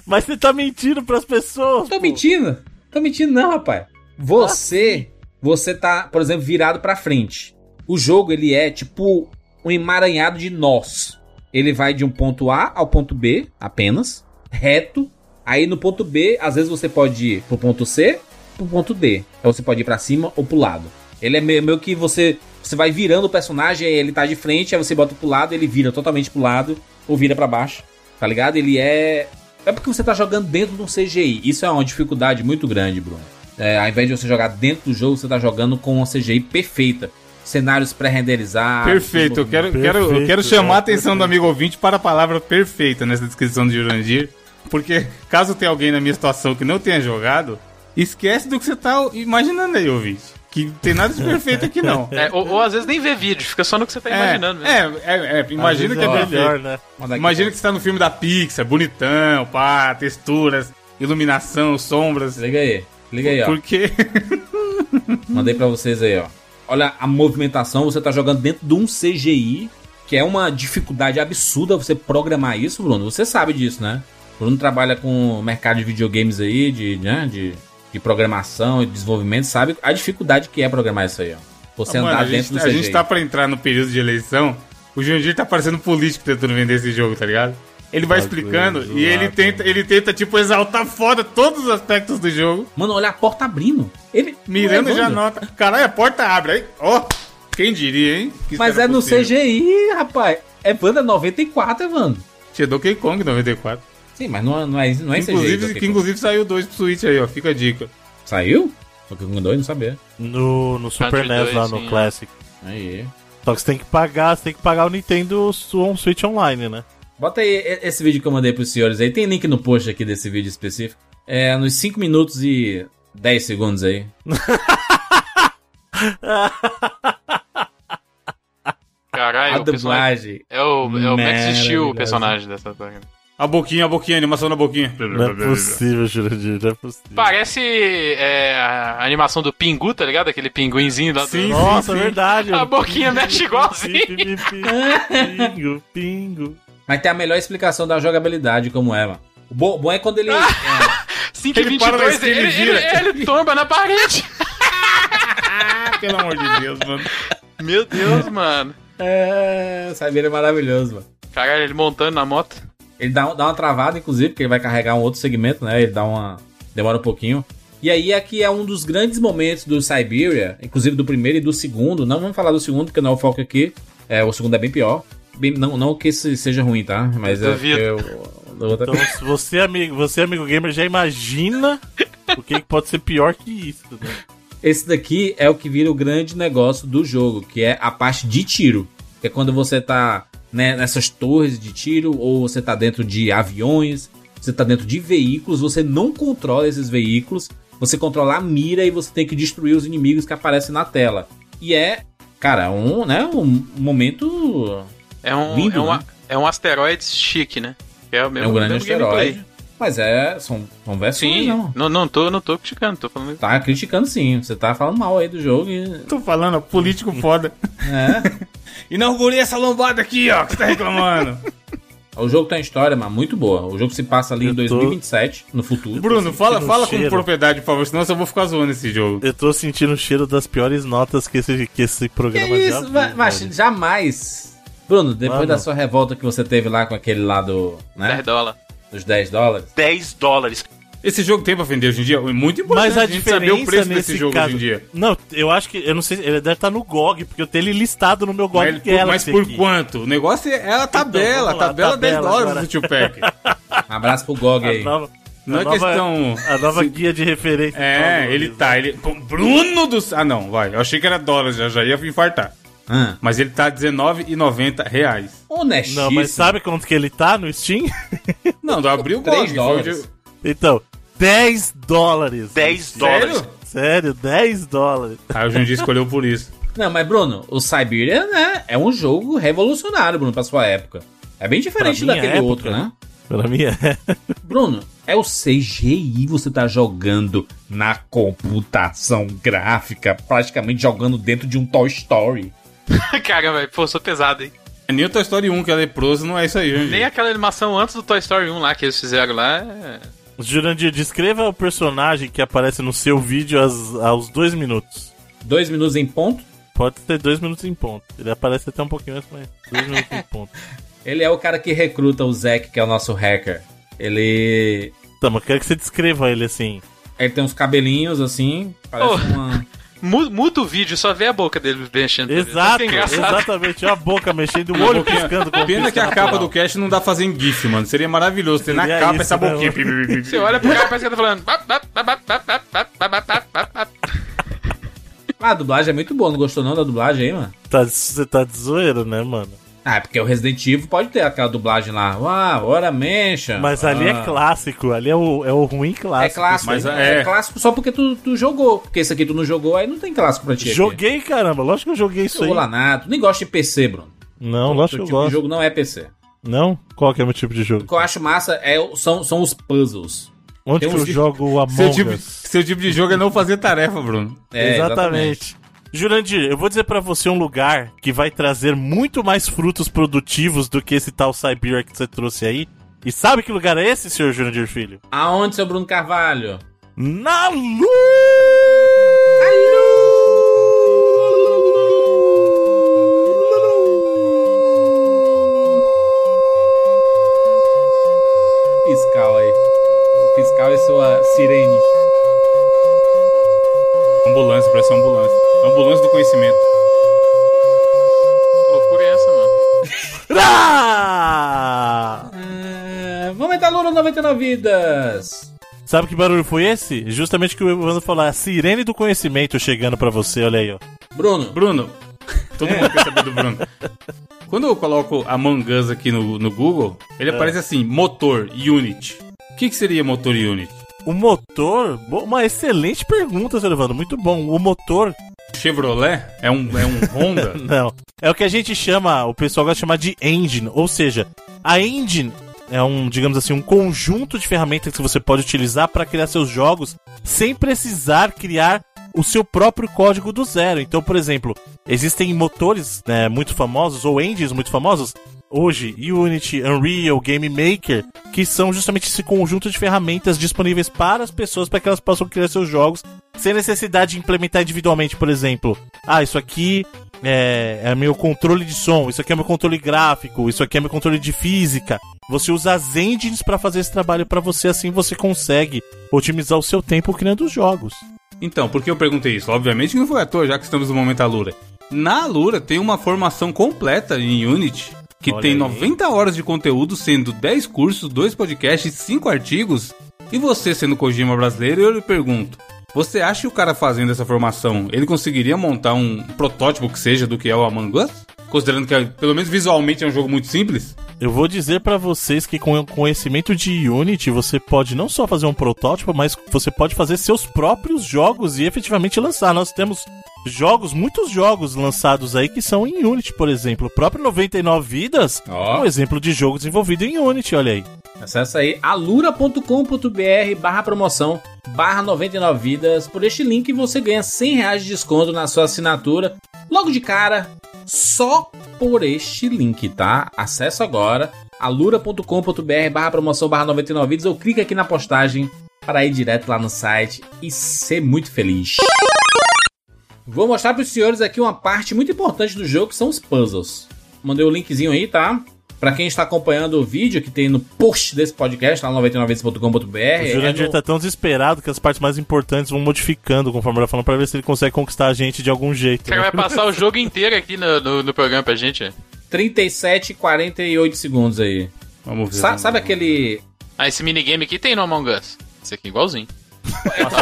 S4: Mas você tá mentindo pras pessoas.
S1: Tô
S4: pô.
S1: mentindo. Tô mentindo, não, rapaz. Você. Você tá, por exemplo, virado pra frente. O jogo, ele é tipo um emaranhado de nós. Ele vai de um ponto A ao ponto B, apenas, reto. Aí no ponto B, às vezes você pode ir pro ponto C, pro ponto D. Então você pode ir pra cima ou pro lado. Ele é meio, meio que você. Você vai virando o personagem, aí ele tá de frente, aí você bota pro lado, ele vira totalmente pro lado, ou vira pra baixo. Tá ligado? Ele é. É porque você tá jogando dentro de um CGI. Isso é uma dificuldade muito grande, Bruno. É, ao invés de você jogar dentro do jogo, você tá jogando com uma CGI perfeita. Cenários pré-renderizados.
S3: perfeito, eu quero,
S4: Perfeito,
S3: quero, eu quero chamar
S4: é,
S3: a atenção do
S4: perfeito.
S3: amigo ouvinte para a palavra perfeita nessa descrição do Jurandir. Porque caso tenha alguém na minha situação que não tenha jogado, esquece do que você tá imaginando aí, ouvinte. Que não tem nada de perfeito aqui, não.
S2: É, ou, ou às vezes nem vê vídeo, fica só no que você tá imaginando. mesmo.
S3: é, é, é,
S4: Às
S3: imagina
S4: vezes
S3: que é perfeito.
S4: melhor, né?
S1: Manda aqui,
S3: Imagina
S1: pô.
S3: que você tá no filme da Pixar, bonitão, pá, texturas, iluminação, sombras.
S1: Liga aí. Liga aí, ó.
S3: Porque
S1: Mandei pra vocês aí, ó. Olha a movimentação, você tá jogando dentro de um CGI, que é uma dificuldade absurda você programar isso, Bruno. Você sabe disso, né? Bruno trabalha com mercado de videogames aí, de, né, de, de programação e desenvolvimento, sabe a dificuldade que é programar isso aí, ó. Você
S3: Ah, Mano,
S1: andar
S3: a,
S1: dentro
S3: gente,
S1: do
S3: a
S1: CGI.
S3: gente tá pra entrar no período de eleição. O Jundir tá parecendo político tentando vender esse jogo, tá ligado? Ele vai
S4: Bagulho
S3: explicando
S4: zoado.
S3: e ele
S1: né?
S3: tenta, ele tenta, tipo, exaltar foda todos os aspectos do jogo.
S1: Mano, olha a porta abrindo. Ele
S3: Mirando
S1: Não é
S3: já
S1: doido?
S3: nota. Caralho, a porta abre aí. Ó, quem diria, hein? Que isso
S1: Mas
S3: era
S1: é no
S3: possível.
S1: CGI, rapaz. É banda 94, Evandro.
S3: Tinha Donkey Kong 94.
S1: Sim, mas não, é- não é, não é em CGI.
S3: inclusive,
S1: Donkey
S3: que
S1: Kong.
S3: inclusive saiu dois pro Switch aí, ó. Fica a dica.
S1: Saiu? Só que com dois não sabia.
S4: No, no Super
S2: Country
S4: NES lá
S2: 2,
S4: no
S2: sim,
S4: Classic.
S1: Aí.
S4: Só que você tem que pagar, você tem que pagar o Nintendo Su- Switch Online, né?
S1: Bota aí e- esse vídeo que eu mandei pros senhores aí. Tem link no post aqui desse vídeo específico. É, nos 5 minutos e 10 segundos aí.
S8: Caralho,
S1: a
S2: um
S8: o personagem.
S1: dublagem.
S8: É o, é o Max Steel,
S1: Maravilhosa.
S8: o personagem dessa saga.
S3: A boquinha, a boquinha, a animação da boquinha.
S4: Não é possível, Jurandir, não é possível.
S8: Parece é, a animação do Pingu, tá ligado? Aquele pinguinzinho lá do-
S3: Sim.
S4: Nossa, é verdade.
S8: A boquinha mexe igualzinho.
S4: Pi, pi, pi, Pingo, pingo.
S1: Mas tem a melhor explicação da jogabilidade, como é, mano. O bom, bom é quando ele. é,
S8: 5 e
S3: Ele para na
S8: 22,
S3: esquina e
S8: ele, ele,
S3: gira.
S8: ele, tomba na parede.
S3: Ah, pelo amor de Deus, mano.
S8: Meu Deus, mano.
S1: é, essa mira é maravilhoso, mano.
S8: Caralho, ele montando na moto.
S1: Ele dá, um- dá uma travada, inclusive, porque ele vai carregar um outro segmento, né? Ele dá uma. demora um pouquinho. E aí aqui é um dos grandes momentos do Siberia, inclusive do primeiro e do segundo. Não vamos falar do segundo, porque não é o foco aqui. É, o segundo é bem pior. Bem- não, não que esse seja ruim, tá? Mas é.
S8: Duvido.
S1: porque o- o outro- é
S4: Então, se você, amigo, você, é amigo gamer, já imagina o que que pode ser pior que isso, né?
S1: Esse daqui é o que vira o grande negócio do jogo, que é a parte de tiro. Que é quando você tá né, nessas torres de tiro, ou você tá dentro de aviões, você tá dentro de veículos, você não controla esses veículos, você controla a mira e você tem que destruir os inimigos que aparecem na tela. E é, cara, um, né, um momento.
S8: É um,
S1: Lindo,
S8: é um,
S1: né?
S8: é um asteroide chique, né? É, o mesmo,
S1: É um grande
S8: mesmo gameplay.
S1: asteroide. Mas é. São, são versões,
S8: Sim,
S1: não.
S8: não, não, tô, não tô criticando, tô falando.
S1: Tá criticando sim, você tá falando mal aí do jogo e.
S3: Tô falando, ó, político foda.
S1: É.
S3: Inaugurei essa lombada aqui, ó, que tá reclamando.
S1: O jogo tem uma história, mas muito boa. O jogo se passa ali em
S4: Eu tô-
S1: 2027, no futuro.
S3: Bruno, fala,
S4: sentindo
S3: fala
S4: um
S3: com
S4: cheiro.
S3: propriedade, por favor, senão eu só vou ficar zoando esse jogo.
S4: Eu tô sentindo o cheiro das piores notas que esse, que esse
S1: Que
S4: programa já
S1: isso,
S4: viu,
S1: ma- mas
S4: velho.
S1: jamais. Bruno, depois
S4: Mano.
S1: da sua revolta que você teve lá com aquele lá do, né,
S8: 10 dólares.
S1: dos 10 dólares,
S9: 10 dólares.
S3: Esse jogo tem pra vender hoje em dia? É muito importante
S4: Mas a
S3: gente
S4: diferença
S3: saber o preço
S4: nesse
S3: desse jogo
S4: caso...
S3: hoje em dia.
S4: Não, eu acho que... Eu não sei... Ele deve estar no GOG, porque eu tenho ele listado no meu GOG.
S3: Mas, ele-
S4: que é ela
S3: mas
S4: que
S3: por
S4: tem aqui. Então,
S3: quanto? O negócio é é a tabela,
S4: vamos lá,
S3: tabela 10
S4: tabela
S3: dólares
S4: agora.
S3: do Tio Pack.
S1: um abraço pro GOG
S4: A
S1: aí.
S4: nova,
S3: Não
S4: a
S3: é
S4: nova-
S3: questão.
S4: A nova guia de referência.
S3: É, ele tá, ele. Pô, Bruno do. Ah, não, vai. Eu achei que era dólar, já, já ia infartar.
S1: Ah,
S3: Mas ele tá R$19,90 reais.
S1: honestíssimo.
S4: Não, mas sabe quanto que ele tá no Steam?
S3: Não, do abril o
S1: Três
S3: GOG,
S1: dólares.
S3: foi o
S4: Então, 10 dólares.
S9: 10
S3: de- Sério?
S9: dólares.
S4: Sério, 10 dólares.
S3: Aí o Jundia escolheu por isso.
S1: Não, mas Bruno, o Siberia, né, é um jogo revolucionário, Bruno, pra sua época. É bem diferente
S4: Pra minha
S1: daquele
S4: época.
S1: outro, né?
S4: Pra mim é.
S1: Bruno, é o CGI, você tá jogando na computação gráfica, praticamente jogando dentro de um Toy Story.
S8: Caramba, velho, pô, sou pesado, hein?
S3: É nem o Toy Story 1 que é leproso, não é isso aí, Jundia.
S8: Nem aquela animação antes do Toy Story 1 lá que eles fizeram lá. é-
S4: Jurandir, descreva o personagem que aparece no seu vídeo aos, aos dois minutos.
S1: Dois minutos em ponto.
S4: Pode ter dois minutos em ponto. Ele aparece até um pouquinho antes, mas dois minutos em ponto.
S1: Ele é o cara que recruta o Zack, que é o nosso hacker. Ele.
S4: Tá, mas eu quero que você descreva ele assim.
S1: Ele tem uns cabelinhos assim. Parece
S8: Oh.
S1: uma.
S8: Mu- Muda o vídeo, só vê a boca dele
S3: Assim,
S8: mexendo. Isso
S4: Exato,
S8: é engraçado.
S4: exatamente. Olha a boca mexendo, o olho piscando. com
S3: Pena que a
S4: pisca
S3: capa
S4: natural.
S3: do cast não dá pra fazer em GIF, mano. Seria maravilhoso ter na
S4: Seria
S3: capa
S4: isso,
S3: essa
S4: né,
S3: boquinha.
S8: Você olha pro cara e parece que ele tá falando. "Bap, bap, bap, bap, bap, bap, bap, bap, bap, bap".
S1: Ah, a dublagem é muito boa. Não gostou não da dublagem aí, mano?
S4: Tá, você tá de zoeira, né, mano?
S1: Ah, é porque o Resident Evil pode ter aquela dublagem lá. Ah, ora mexa.
S4: Mas ali
S1: Ah.
S4: é clássico, ali é o, é o ruim
S1: É
S4: clássico.
S1: clássico,
S3: Mas
S1: é...
S3: é.
S1: clássico só porque tu, tu jogou. Porque esse aqui tu não jogou, aí não tem clássico pra ti. aqui.
S4: Joguei, caramba, lógico que eu joguei isso aí.
S1: Jogou lá nada. Tu nem gosta de PC, Bruno.
S4: Não,
S1: Teu
S4: lógico que
S1: tipo
S4: eu
S1: de
S4: gosto.
S1: jogo não é PC.
S4: Não? Qual que é o meu tipo de jogo?
S1: O que eu acho massa é, o- são, são os puzzles.
S4: Onde que
S1: Tem
S4: eu
S1: uns-
S4: jogo o Among
S3: Seu tipo,
S4: Us?
S3: seu tipo de jogo é não fazer tarefa, Bruno.
S1: É,
S4: exatamente. Jurandir, eu vou dizer pra você um lugar que vai trazer muito mais frutos produtivos do que esse tal Siberia que você trouxe aí. E sabe que lugar é esse, senhor Jurandir Filho?
S1: Aonde, seu Bruno Carvalho?
S4: Na lua!
S1: fiscal aí. O fiscal e sua sirene.
S3: Ambulância, parece uma ambulância. Ambulância do conhecimento.
S8: Que loucura é essa, mano?
S4: Ah!
S1: Ah, vamos entrar no 99 vidas.
S4: Sabe que barulho foi esse? Justamente o que o Evandro falou, a sirene do conhecimento chegando pra você, olha aí, ó.
S1: Bruno,
S3: Bruno, todo mundo quer saber do Bruno. Quando eu coloco Among É. Us aqui no, no Google, ele aparece assim, motor, unit. O que, que seria motor unit?
S4: O motor. bo- Uma excelente pergunta, seu Evandro. Muito bom. O motor.
S3: Chevrolet é um, é um Honda?
S4: Não. É o que a gente chama, o pessoal gosta de chamar de engine. Ou seja, a engine é um, digamos assim, um conjunto de ferramentas que você pode utilizar para criar seus jogos sem precisar criar o seu próprio código do zero. Então, por exemplo, existem motores né, muito famosos ou engines muito famosos hoje, Unity, Unreal, Game Maker, que são justamente esse conjunto de ferramentas disponíveis para as pessoas para que elas possam criar seus jogos sem necessidade de implementar individualmente, por exemplo. Ah, isso aqui é, é meu controle de som, isso aqui é meu controle gráfico, isso aqui é meu controle de física. Você usa as engines para fazer esse trabalho para você, assim você consegue otimizar o seu tempo criando os jogos.
S3: Então, por que eu perguntei isso? Obviamente que não foi à toa, já que estamos no momento Alura. Na Alura tem uma formação completa em Unity, que
S4: Olha
S3: tem
S4: aí.
S3: 90 horas de conteúdo, sendo 10 cursos, 2 podcasts, 5 artigos. E você, sendo Kojima brasileiro, eu lhe pergunto: você acha que o cara fazendo essa formação, ele conseguiria montar um protótipo que seja do que é o Among Us? Considerando que, pelo menos visualmente, é um jogo muito simples?
S4: Eu vou dizer pra vocês que com o conhecimento de Unity você pode não só fazer um protótipo, mas você pode fazer seus próprios jogos e efetivamente lançar. Nós temos jogos, muitos jogos lançados aí que são em Unity, por exemplo. O próprio 99 Vidas
S1: Ó.
S4: é um exemplo de jogo desenvolvido em Unity, olha aí.
S1: Acesse aí alura.com.br barra promoção barra 99 vidas. Por este link você ganha 100 reais de desconto na sua assinatura. Logo de cara, só por este link, tá? Acesso agora alura.com.br barra promoção barra 99 vidas ou clica aqui na postagem para ir direto lá no site e ser muito feliz. Vou mostrar para os senhores aqui uma parte muito importante do jogo que são os puzzles. Mandei o linkzinho aí, tá? Pra quem está acompanhando o vídeo que tem no post desse podcast, lá no 99vezes.com.br.
S4: O Jurandir
S1: é no-
S4: tá tão desesperado que as partes mais importantes vão modificando conforme ela falando pra ver se ele consegue conquistar a gente de algum
S8: O
S4: jeito. né?
S8: cara vai passar o jogo inteiro aqui no, no, no programa pra gente.
S1: 37, 48 segundos aí.
S3: Vamos ver.
S1: Sa- sabe aquele.
S8: Ah, esse minigame aqui tem no Among Us. Esse aqui é igualzinho.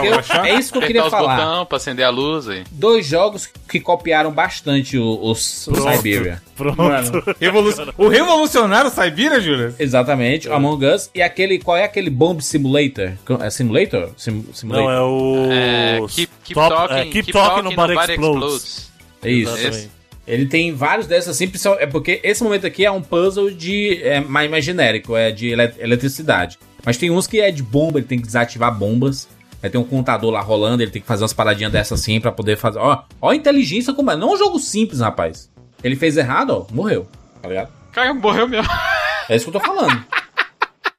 S1: Eu- é isso que eu
S2: tá
S1: queria
S8: os
S1: falar.
S8: botões pra acender a luz aí.
S1: Dois jogos que copiaram bastante o, o, o Siberia.
S4: Pronto.
S3: Mano, revolu- o revolucionário Saibira, Júlia?
S1: Exatamente,
S4: É.
S1: o Among Us. E aquele. Qual é aquele Bomb Simulator? É Simulator? Sim- simulator.
S4: Não, é o.
S8: É, keep, keep
S4: Top-
S8: talking,
S4: é, keep talking, nobody
S8: nobody
S4: explodes.
S1: é isso.
S4: um- Exatamente.
S1: Ele tem vários dessas assim, principal- é porque esse momento aqui é um puzzle de é, mais, mais genérico, é de ele- eletricidade. Mas tem uns que é de bomba, ele tem que desativar bombas. Aí tem um contador lá rolando, ele tem que fazer umas paradinhas dessas assim pra poder fazer. Ó, ó a inteligência como é. Não é um jogo simples, rapaz. Ele fez errado, ó, morreu. Tá ligado?
S8: Cara, morreu mesmo.
S1: É isso que eu tô falando.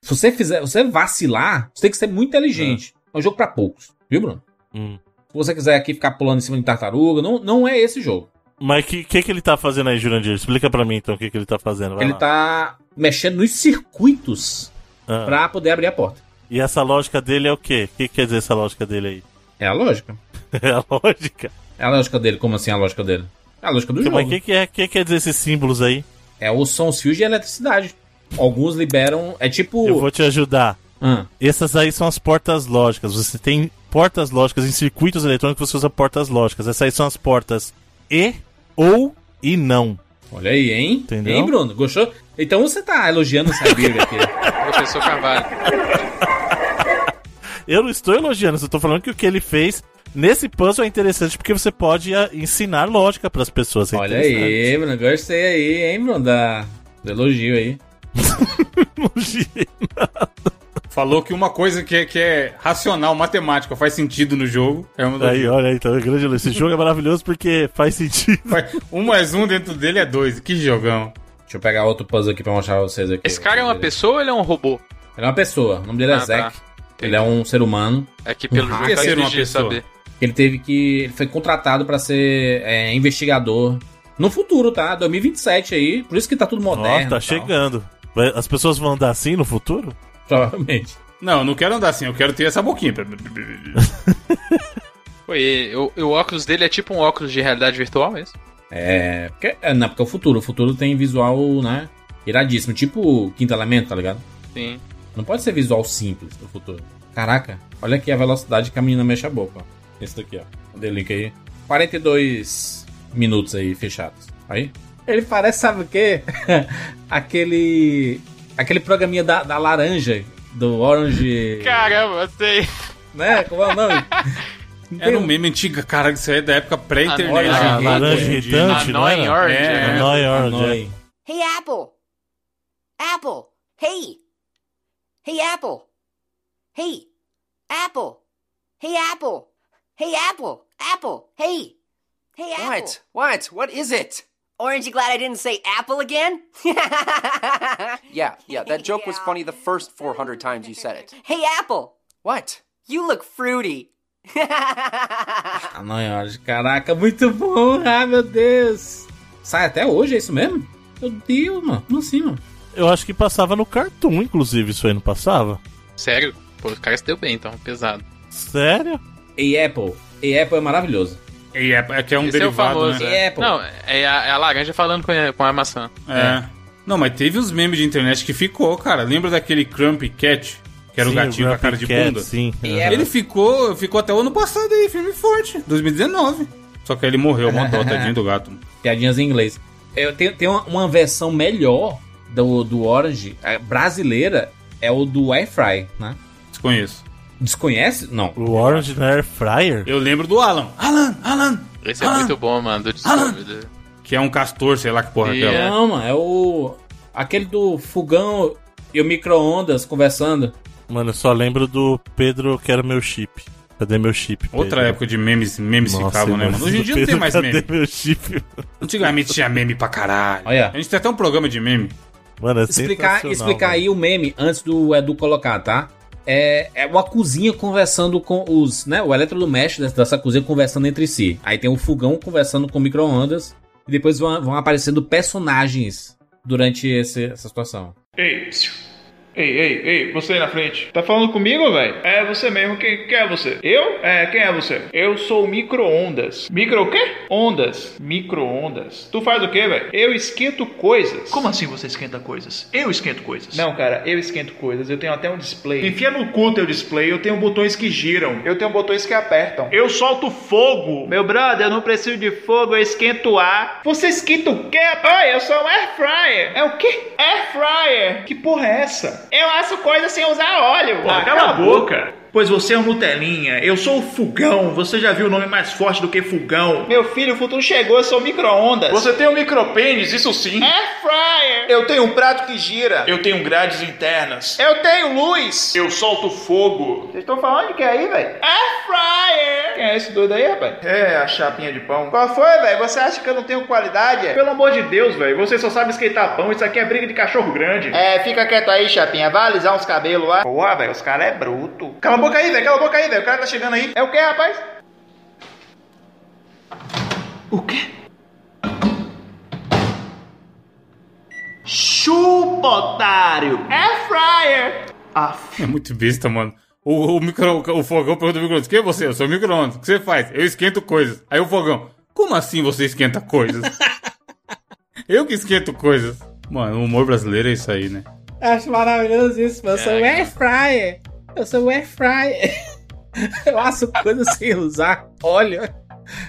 S1: Se você fizer, você vacilar, você tem que ser muito inteligente. É um jogo pra poucos, viu, Bruno?
S4: Hum.
S1: Se você quiser aqui ficar pulando em cima de tartaruga, não, não é esse jogo.
S4: Mas o que, que, que ele tá fazendo aí, Jurandir? Explica pra mim então o que, que ele tá fazendo. vai
S1: ele
S4: lá.
S1: tá mexendo nos circuitos
S4: Ah.
S1: pra poder abrir a porta.
S4: E essa lógica dele é o quê? O que quer dizer essa lógica dele
S1: É a lógica.
S4: aí? É a lógica?
S1: É a lógica dele. Como assim é a lógica dele? É a lógica do
S4: Mas
S1: jogo.
S4: o que, que, é, que quer dizer esses símbolos aí?
S1: É o som, os fios de eletricidade. Alguns liberam. É tipo.
S4: Eu vou te ajudar.
S1: Ah,
S4: Essas aí são as portas lógicas. Você tem portas lógicas em circuitos eletrônicos, você usa portas lógicas. Essas aí são as portas e, ou e não.
S1: olha aí, hein?
S4: Entendeu?
S1: Hein, Bruno? Gostou? Então você tá elogiando essa Bíblia aqui.
S8: Professor Carvalho.
S4: Eu não estou elogiando, eu estou falando que o que ele fez nesse puzzle é interessante porque você pode ah, ensinar lógica pras pessoas. É
S1: olha
S4: interessante.
S1: aí, Bruno. Gostei aí, hein, Bruno? Da... Do elogio aí.
S3: Falou que uma coisa que é, que é racional, matemática, faz sentido no jogo. É uma das
S4: Aí, olha aí, tá grande luz. Esse jogo é maravilhoso porque faz sentido.
S3: Vai, Um mais um dentro dele é dois. Que jogão.
S1: Deixa eu pegar outro puzzle aqui pra mostrar pra vocês aqui.
S8: Esse cara é uma pessoa ou ele é um robô?
S1: Ele é uma pessoa. O nome dele é
S8: Ah,
S1: Zack.
S8: tá.
S1: Ele é um ser humano.
S8: É que pelo
S1: Ah,
S8: jogo
S3: ia
S8: tá
S3: ser uma
S8: difícil
S3: pessoa.
S8: saber.
S1: Ele teve que. Ele foi contratado pra ser é, investigador. No futuro, tá? 2027 aí. Por isso que tá tudo moderno.
S4: Ó,
S1: e
S4: tá
S3: então.
S1: tal.
S4: chegando. Vai- As pessoas vão andar assim no futuro?
S1: Provavelmente.
S3: Não, eu não quero andar assim, eu quero ter essa boquinha.
S8: Pô, e o, e o óculos dele é tipo um óculos de realidade virtual mesmo?
S1: É. Porque, é, não, porque é o futuro. O futuro tem visual, né? Iradíssimo. Tipo o quinto elemento, tá ligado?
S8: Sim.
S1: Não pode ser visual simples no futuro. Caraca, olha aqui a velocidade que a menina mexe a boca. ó. Esse daqui, ó. Mandei o link aí. 42 minutos aí fechados. Aí. Ele parece, sabe o quê? aquele. Aquele programinha da, da laranja do Orange.
S10: Caramba, sei.
S1: Né? Como é o nome?
S3: Era
S1: né?
S3: um meme antigo, caralho, isso aí é da época
S1: Ah,
S3: pré-internet. né?
S1: laranja
S4: laranja
S3: Entendi.
S4: irritante. Não
S10: Annoying
S4: era?
S10: Orange.
S3: É.
S10: né?
S4: Annoying Orange. é.
S1: Annoying.
S9: Hey, Apple. Apple. Hey. Hey, Apple. Hey. Apple. Hey, Apple. Hey, Apple. Apple. Hey. Hey, Apple.
S11: What? What? What is it?
S9: Orange, you glad I didn't say Apple again?
S11: Yeah, yeah, that joke was
S9: Yeah.
S11: funny the first 400 times you said it.
S9: hey, Apple.
S11: What?
S9: You look fruity.
S12: é.
S1: Annoying Orange. Caraca, muito bom. Ai, meu Deus. Sai até hoje, é isso mesmo? Meu Deus, mano. Como assim, mano?
S4: Eu acho que passava no Cartoon, inclusive, isso aí não passava?
S2: Sério? Pô, o cara se deu bem, então, pesado.
S4: Sério?
S1: E Apple. E Apple é maravilhoso.
S3: E é, é que é um
S2: Esse é o
S3: derivado,
S2: famoso.
S3: né?
S1: né?
S2: é.
S1: É, pô.
S2: Não, é a, é a laranja falando com a, com a maçã.
S3: É. Não, mas teve os memes de internet que ficou, cara. Lembra daquele Crumpy Cat? Que era o
S4: Sim,
S3: gatinho com a
S4: Grumpy
S3: cara de
S4: Cat,
S3: bunda?
S4: Sim.
S1: E
S4: Uhum.
S1: é-
S3: Ele ficou, ficou até o ano passado aí, filme forte, 2019. Só que aí ele morreu, mó dó, tadinho do gato.
S1: Piadinhas em inglês. Eu tenho, tem uma, uma versão melhor do, do Orange, a brasileira, é o do Air Fry, né?
S3: Desconheço.
S1: Desconhece? Não.
S4: O Orange na Air Fryer?
S3: Eu lembro do Alan. Alan, Alan.
S2: Esse é
S3: Alan,
S2: muito bom, mano, do Discovery. do-
S3: Que é um castor, sei lá que porra
S2: E
S3: que é.
S2: é.
S1: Não, mano, é o. Aquele do fogão e o micro-ondas conversando.
S4: Mano, eu só lembro do Pedro, quero meu chip. Cadê meu chip? Pedro?
S3: Outra época de memes, memes
S4: Nossa,
S3: ficavam, né, mano? Hoje em
S4: do
S3: dia não tem
S4: Pedro,
S3: mais
S4: cadê
S3: meme.
S4: meu chip?
S3: Antigamente tinha meme pra caralho.
S1: Olha.
S3: A gente tem até um programa de meme.
S4: Mano, é
S1: Explicar,
S4: sensacional,
S1: explicar
S4: mano.
S1: aí o meme antes do Edu colocar, tá? É, é uma cozinha conversando com os. né? O eletrodoméstico dessa, dessa cozinha conversando entre si. Aí tem o fogão conversando com o micro-ondas. E depois vão, vão aparecendo personagens durante esse- essa situação.
S12: Ei, psiu. ei, ei, ei, você aí na frente. Tá falando comigo, velho? É você mesmo. Quem, quem é você? Eu? É, quem é você? Eu sou o micro-ondas. Micro o quê? Ondas. Micro-ondas. Tu faz o quê, velho? Eu esquento coisas. Como assim você esquenta coisas? Eu esquento coisas. Não, cara, eu esquento coisas. Eu tenho até um display. Enfia no cu teu display. Eu tenho botões que giram. Eu tenho botões que apertam. Eu solto fogo. Meu brother, eu não preciso de fogo. Eu esquento ar. Você esquenta o quê? Pai, eu sou um air fryer. É o quê? Air fryer. Que porra é essa? Eu faço coisa sem usar óleo. Ah, cala a boca. Pois você é um Nutelinha, eu sou o Fogão. Você já viu o nome mais forte do que Fogão? Meu filho, o futuro chegou, eu sou micro-ondas.
S10: Você tem um micropênis, isso sim.
S12: Air fryer. Eu tenho um prato que gira.
S10: Eu tenho grades internas.
S12: Eu tenho luz.
S10: Eu solto fogo.
S12: Vocês estão falando de que aí, velho? Air fryer. Quem é esse doido aí, rapaz? É, a chapinha de pão. Qual foi, velho? Você acha que eu não tenho qualidade? Pelo amor de Deus, velho. Você só sabe esquentar pão. Isso aqui é briga de cachorro grande. É, fica quieto aí, chapinha. Vai alisar uns cabelos lá. Boa, velho. Os caras é bruto. Cala a boca aí, velho. Cala a boca aí, velho. O cara tá chegando aí. É o que, rapaz? O quê? Chupa, otário. Air fryer. Ah,
S3: É muito besta, mano. O, o, micro, o fogão pergunta pro micro-ondas: Quem é você? Eu sou o micro-ondas. O que você faz? Eu esquento coisas. Aí o fogão: Como assim você esquenta coisas? eu que esquento coisas. Mano, o humor brasileiro é isso aí, né?
S1: Acho maravilhoso isso, mano. Eu sou air fryer. Eu sou air fryer. Eu faço coisa sem usar óleo.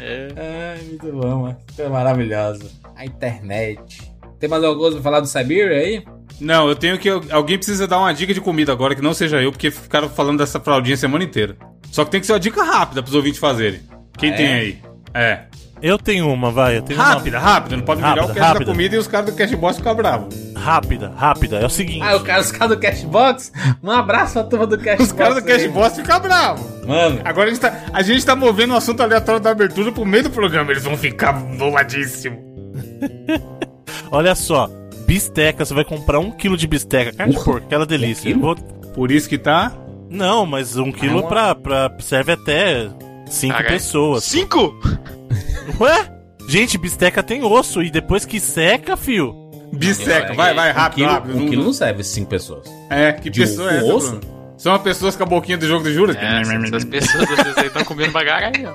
S1: É. Ai, muito bom, mano. Isso é maravilhoso. A internet. Tem mais alguma coisa pra falar do Siberia aí?
S3: Não, eu tenho que. Alguém precisa dar uma dica de comida agora que não seja eu, porque ficaram falando dessa fraldinha a semana inteira. Só que tem que ser uma dica rápida pros ouvintes fazerem. Quem
S1: Ah,
S3: tem
S1: é?
S3: aí? É.
S4: Eu tenho uma, vai. Eu tenho
S3: Rápida, rápida. Não pode virar o
S4: Rápida,
S3: cast da
S4: rápida.
S3: comida e os caras do Cashbox ficam bravos.
S4: uma. Rápida, rápida. É o seguinte.
S1: Ah, o cara, os caras do Cashbox. Um abraço pra turma do Cashbox.
S3: Os caras do
S1: aí.
S3: Cashbox ficam bravos.
S1: Mano,
S3: Agora a gente, tá, a gente tá movendo o assunto aleatório da abertura pro meio do programa. Eles vão ficar boladíssimos.
S4: Olha só. Bisteca, você vai comprar um quilo de bisteca. Carne de
S1: Porra.
S4: porco, aquela delícia.
S1: Um quilo?
S4: Vou-
S3: Por isso que tá.
S4: Não, mas um quilo pra, pra- serve até cinco
S2: Caralho.
S4: pessoas.
S2: Cinco?
S4: Ué? Gente, bisteca tem osso e depois que seca, fio.
S3: Biseca. Vai, vai,
S1: um
S3: rápido,
S1: quilo,
S3: rápido.
S1: um
S3: Não-
S1: quilo não serve cinco pessoas.
S3: É, que
S1: de
S3: pessoa é essa,
S1: osso?
S3: Bruno? São as pessoas com a boquinha do jogo do Juras?
S2: É, essas pessoas, vocês aí estão comendo bagar aí, ó.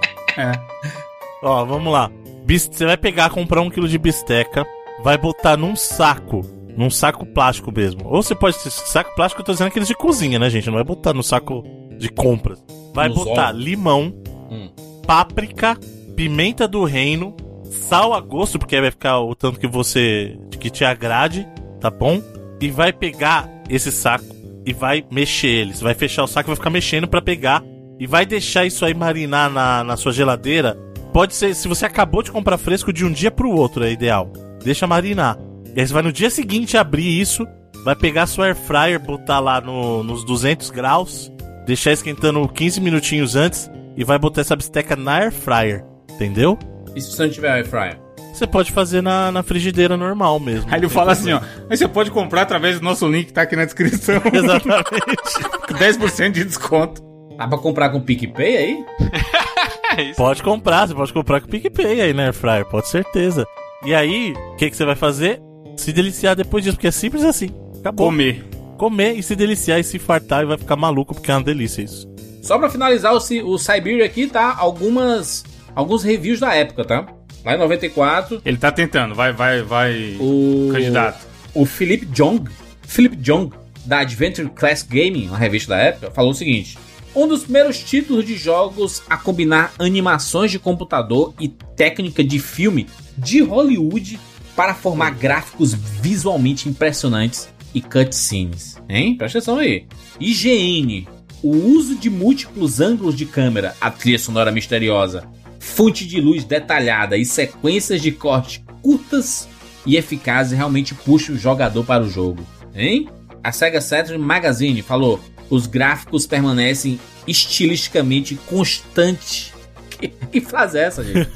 S4: Ó, vamos lá. Bis- Você vai pegar, comprar um quilo de bisteca, vai botar num saco. Num saco plástico mesmo. Ou você pode. Saco plástico, eu tô dizendo aqueles de cozinha, né, gente? Não vai botar no saco de compras. Vai
S1: Nos
S4: botar
S1: ovos.
S4: limão,
S1: Hum.
S4: páprica, pimenta do reino, sal a gosto, porque aí vai ficar o tanto que você. que te agrade, tá bom? E vai pegar esse saco, e vai mexer ele. Você vai fechar o saco e vai ficar mexendo pra pegar. E vai deixar isso aí marinar na, na sua geladeira. Pode ser, se você acabou de comprar fresco, de um dia pro outro é ideal. Deixa marinar. E aí você vai no dia seguinte abrir isso, vai pegar sua air fryer, botar lá no- nos 200 graus, deixar esquentando 15 minutinhos antes e vai botar essa bisteca na air fryer, entendeu?
S1: E se você não tiver um air fryer?
S4: Você pode fazer na, na frigideira normal mesmo.
S3: Aí ele fala assim, ó. Aí você pode comprar através do nosso link que tá aqui na descrição. Exatamente. 10% de desconto.
S1: Dá pra comprar com PicPay aí?
S4: Pode comprar, você pode comprar com o PicPay aí na Air Fryer, pode certeza. E aí, o que, que você vai fazer? Se deliciar depois disso, porque é simples assim. Acabou.
S3: Comer.
S4: Comer e se deliciar e se fartar e vai ficar maluco, porque é uma delícia isso.
S1: Só pra finalizar o, Ci- o Siberia aqui, tá? Algumas. Alguns reviews da época, tá? Lá em 94,
S3: Ele tá tentando, vai, vai, vai.
S1: o.
S3: Candidato.
S1: O Philip Jong. Philip Jong, da Adventure Class Gaming, uma revista da época, falou o seguinte. Um dos primeiros títulos de jogos a combinar animações de computador e técnica de filme de Hollywood para formar gráficos visualmente impressionantes e cutscenes. Hein? Presta atenção aí. IGN. O uso de múltiplos ângulos de câmera, a trilha sonora misteriosa, fonte de luz detalhada e sequências de corte curtas e eficazes realmente puxa o jogador para o jogo. Hein? A Sega Saturn Magazine falou: os gráficos permanecem estilisticamente constantes. Que, que frase é essa, gente?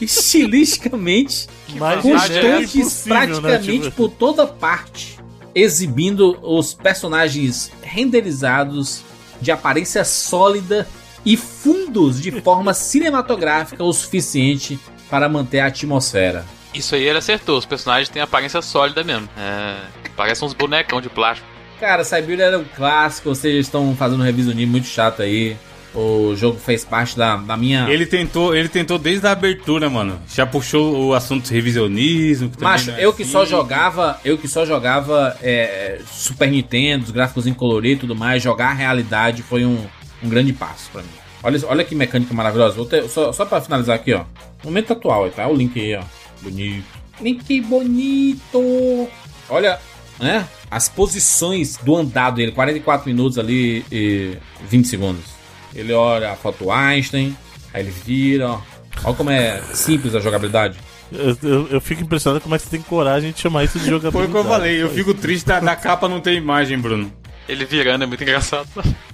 S1: estilisticamente
S4: Mas é
S3: é
S1: constantes
S3: né?
S4: né?
S1: praticamente
S4: Tipo
S1: por toda parte, exibindo os personagens renderizados de aparência sólida e fundos de forma cinematográfica o suficiente para manter a atmosfera.
S8: Isso aí ele acertou. Os personagens têm aparência sólida mesmo. É, parece uns bonecão de plástico.
S1: Cara, Siberia era um clássico, vocês estão fazendo um revisionismo muito chato aí. O jogo fez parte da, da minha.
S3: Ele tentou, ele tentou desde a abertura, mano. Já puxou o assunto revisionismo. que também
S1: Macho,
S3: não é
S1: eu que
S3: assim.
S1: só jogava, eu que só jogava é, Super Nintendo, os gráficos em colorido e tudo mais, jogar a realidade foi um, um grande passo pra mim. Olha, isso- olha que mecânica maravilhosa. Vou ter- só, só pra finalizar aqui, ó. Momento atual, tá? O link aí, ó. Bonito. Link bonito. Olha, né? As posições do andado dele, 44 minutos ali e 20 segundos. Ele olha a foto Einstein, aí ele vira, ó. Olha como é simples a jogabilidade.
S4: Eu, eu- eu fico impressionado como é que você tem coragem de chamar isso de jogabilidade.
S3: Foi o que eu falei, eu fico triste da, da capa não ter imagem, Bruno.
S1: Né?
S8: Ele virando é muito engraçado.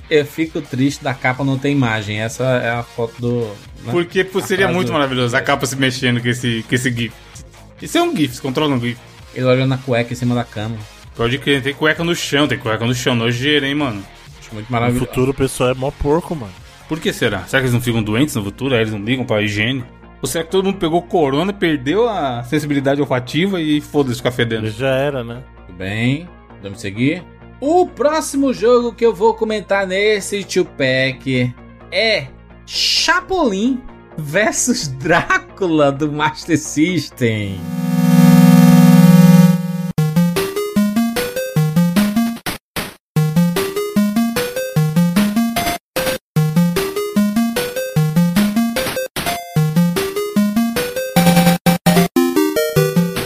S1: Eu fico triste da capa não ter imagem. Essa é a foto do. né?
S3: Porque pô,
S1: A
S3: seria
S1: frase
S3: muito
S1: do-
S3: maravilhoso a capa se mexendo com esse, com esse GIF. Isso é um GIF, você controla um GIF.
S1: Ele olhando a cueca em cima da cama.
S3: Pode crer, tem cueca no chão, tem cueca no chão, nojeira, hein, mano.
S1: Acho muito
S4: No
S1: maravilhoso.
S4: futuro o pessoal é mó porco, mano.
S3: Por que será? Será que eles não ficam doentes no futuro? Aí eles não ligam pra higiene? Ou será que todo mundo pegou corona, perdeu a sensibilidade olfativa e foda-se ficar
S4: Ele
S3: fedendo?
S4: já era, né?
S1: Tudo bem. Vamos seguir. O próximo jogo que eu vou comentar nesse Tio Pack é Chapolin versus Drácula do Master System.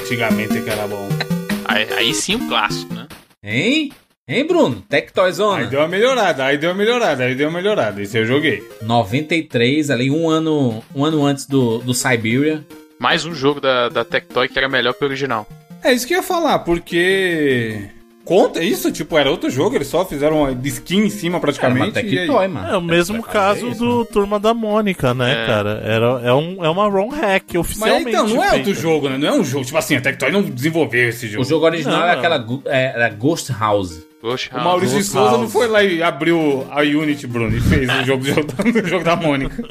S3: Antigamente que era bom.
S8: Aí, aí sim um clássico, né?
S1: Hein? Hein, Bruno?
S3: Aí
S1: Tectoyzona.
S3: deu uma melhorada, aí deu uma melhorada, aí deu uma melhorada. Esse eu joguei.
S1: 93, ali um ano, um ano antes do, do Siberia.
S8: Mais um jogo da, da Tectoy que era melhor que o original.
S3: É isso que eu ia falar, porque. Conta isso, tipo, era outro jogo, eles só fizeram uma skin em
S1: Era
S3: cima
S1: uma
S3: praticamente. e aí-
S1: Tectoy, mano.
S4: É o mesmo
S1: Vai
S4: caso
S1: fazer isso,
S3: né?
S4: do Turma da Mônica, né,
S8: É.
S4: cara? Era, é, um, é uma ROM hack
S3: Mas
S4: oficialmente.
S3: então, não é
S4: feita.
S3: outro jogo, né? Não é um jogo. Tipo assim, a Tectoy não desenvolveu esse
S1: O
S3: jogo.
S1: jogo original
S4: Não,
S1: era
S4: não.
S1: aquela gu- é, era Ghost House.
S8: Poxa,
S3: O
S2: é
S3: Maurício de
S4: Ghost
S3: Souza não
S4: House.
S3: foi lá e abriu a Unity, Bruno, e fez o jogo, do- o jogo da Mônica.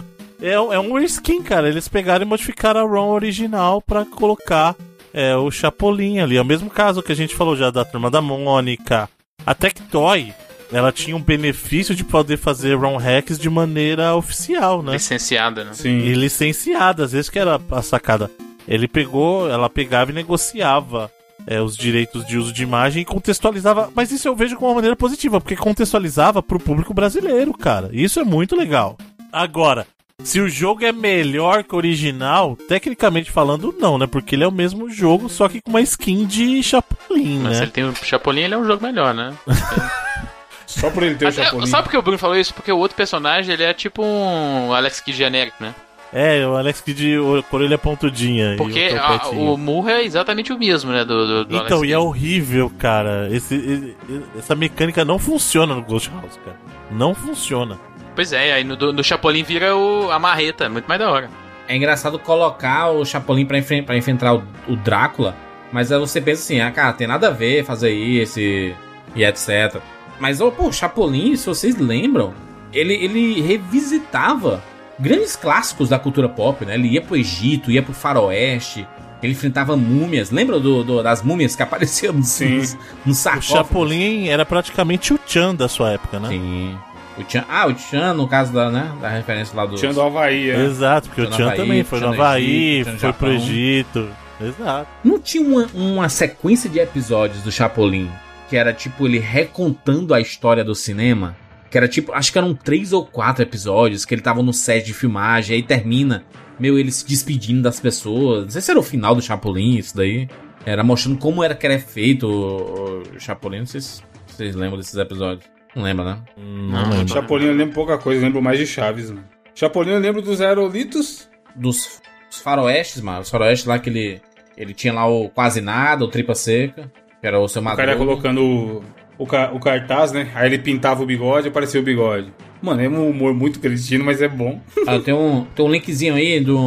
S4: É, é um reskin, cara. Eles pegaram e modificaram a ROM original pra colocar é, o Chapolin ali. É o mesmo caso que a gente falou já da Turma da Mônica. A Tectoy, ela tinha um benefício de poder fazer ROM hacks de maneira oficial, né?
S8: licenciada, né?
S4: E
S3: Sim.
S4: licenciada, às vezes que era a sacada. Ele pegou, ela pegava e negociava é, os direitos de uso de imagem e contextualizava. Mas isso eu vejo como uma maneira positiva, porque contextualizava pro público brasileiro, cara. Isso é muito legal. Agora, se o jogo é melhor que o original, tecnicamente falando, não, né? Porque ele é o mesmo jogo, só que com uma skin de Chapolin,
S8: Mas
S4: né?
S8: ele tem o Chapolin, ele é um jogo melhor, né?
S3: Só por ele ter o
S2: Até-
S3: Chapolin.
S2: sabe por que o Bruno falou isso? Porque o outro personagem, ele é tipo um Alex Kidd genérico, né?
S4: É, o Alex Kidd, o orelha pontudinha.
S2: Porque
S4: É, e o
S2: a-
S4: topetinho.
S2: o murro é exatamente o mesmo, né? Do, do, do
S4: Então,
S2: Alex
S4: e
S2: Kidd.
S4: é horrível, cara. Esse, e- e- essa mecânica não funciona no Ghost House, cara. Não funciona.
S2: Pois é, aí no, do- no Chapolin vira o, a marreta, muito mais da hora.
S1: É engraçado colocar o Chapolin pra, enfren- pra enfrentar o, o Drácula, mas aí você pensa assim, ah, cara, tem nada a ver fazer isso e, e etc. Mas, ô, pô, o Chapolin, se vocês lembram, ele, ele revisitava grandes clássicos da cultura pop, né? Ele ia pro Egito, ia pro Faroeste, ele enfrentava múmias. Lembra do, do- das múmias que apareciam nos,
S3: Sim.
S1: nos, nos
S4: O
S1: sarcófagos?
S4: Chapolin era praticamente o Chan da sua época, né?
S1: Sim. O Chan, ah, o Chan, no caso da, né, da referência lá do...
S3: Tinha do Havaí, é.
S4: Exato, porque
S1: Foi
S4: o
S1: no
S4: Chan
S1: Havaí,
S4: também foi
S1: Chan
S4: no
S1: no
S4: Havaí,
S1: Egito, Chan no
S4: foi pro
S1: Japão.
S4: Egito. Exato.
S1: Não tinha uma, uma sequência de episódios do Chapolin que era tipo ele recontando a história do cinema? Que era tipo, acho que eram três ou quatro episódios que ele tava no set de filmagem, aí termina, meu, ele se despedindo das pessoas. Não sei se era o final do Chapolin, isso daí. Era mostrando como era que era feito o, o Chapolin. Não sei se vocês lembram desses episódios. Não lembra, né?
S4: Não,
S2: lembro.
S3: Chapolin eu lembro pouca coisa, eu lembro mais de Chaves, mano. Chapolin eu lembro dos aerolitos.
S1: Dos dos faroestes, mano. Os faroestes lá que ele, ele tinha lá o Quase Nada, o Tripa Seca, que era o seu
S3: O cara ia
S1: Maduro.
S3: colocando o, o, ca- o cartaz, né? Aí ele pintava o bigode e aparecia o bigode. Mano, é um humor muito cretino, mas é bom.
S1: Ah, tem, um, tem um linkzinho aí do.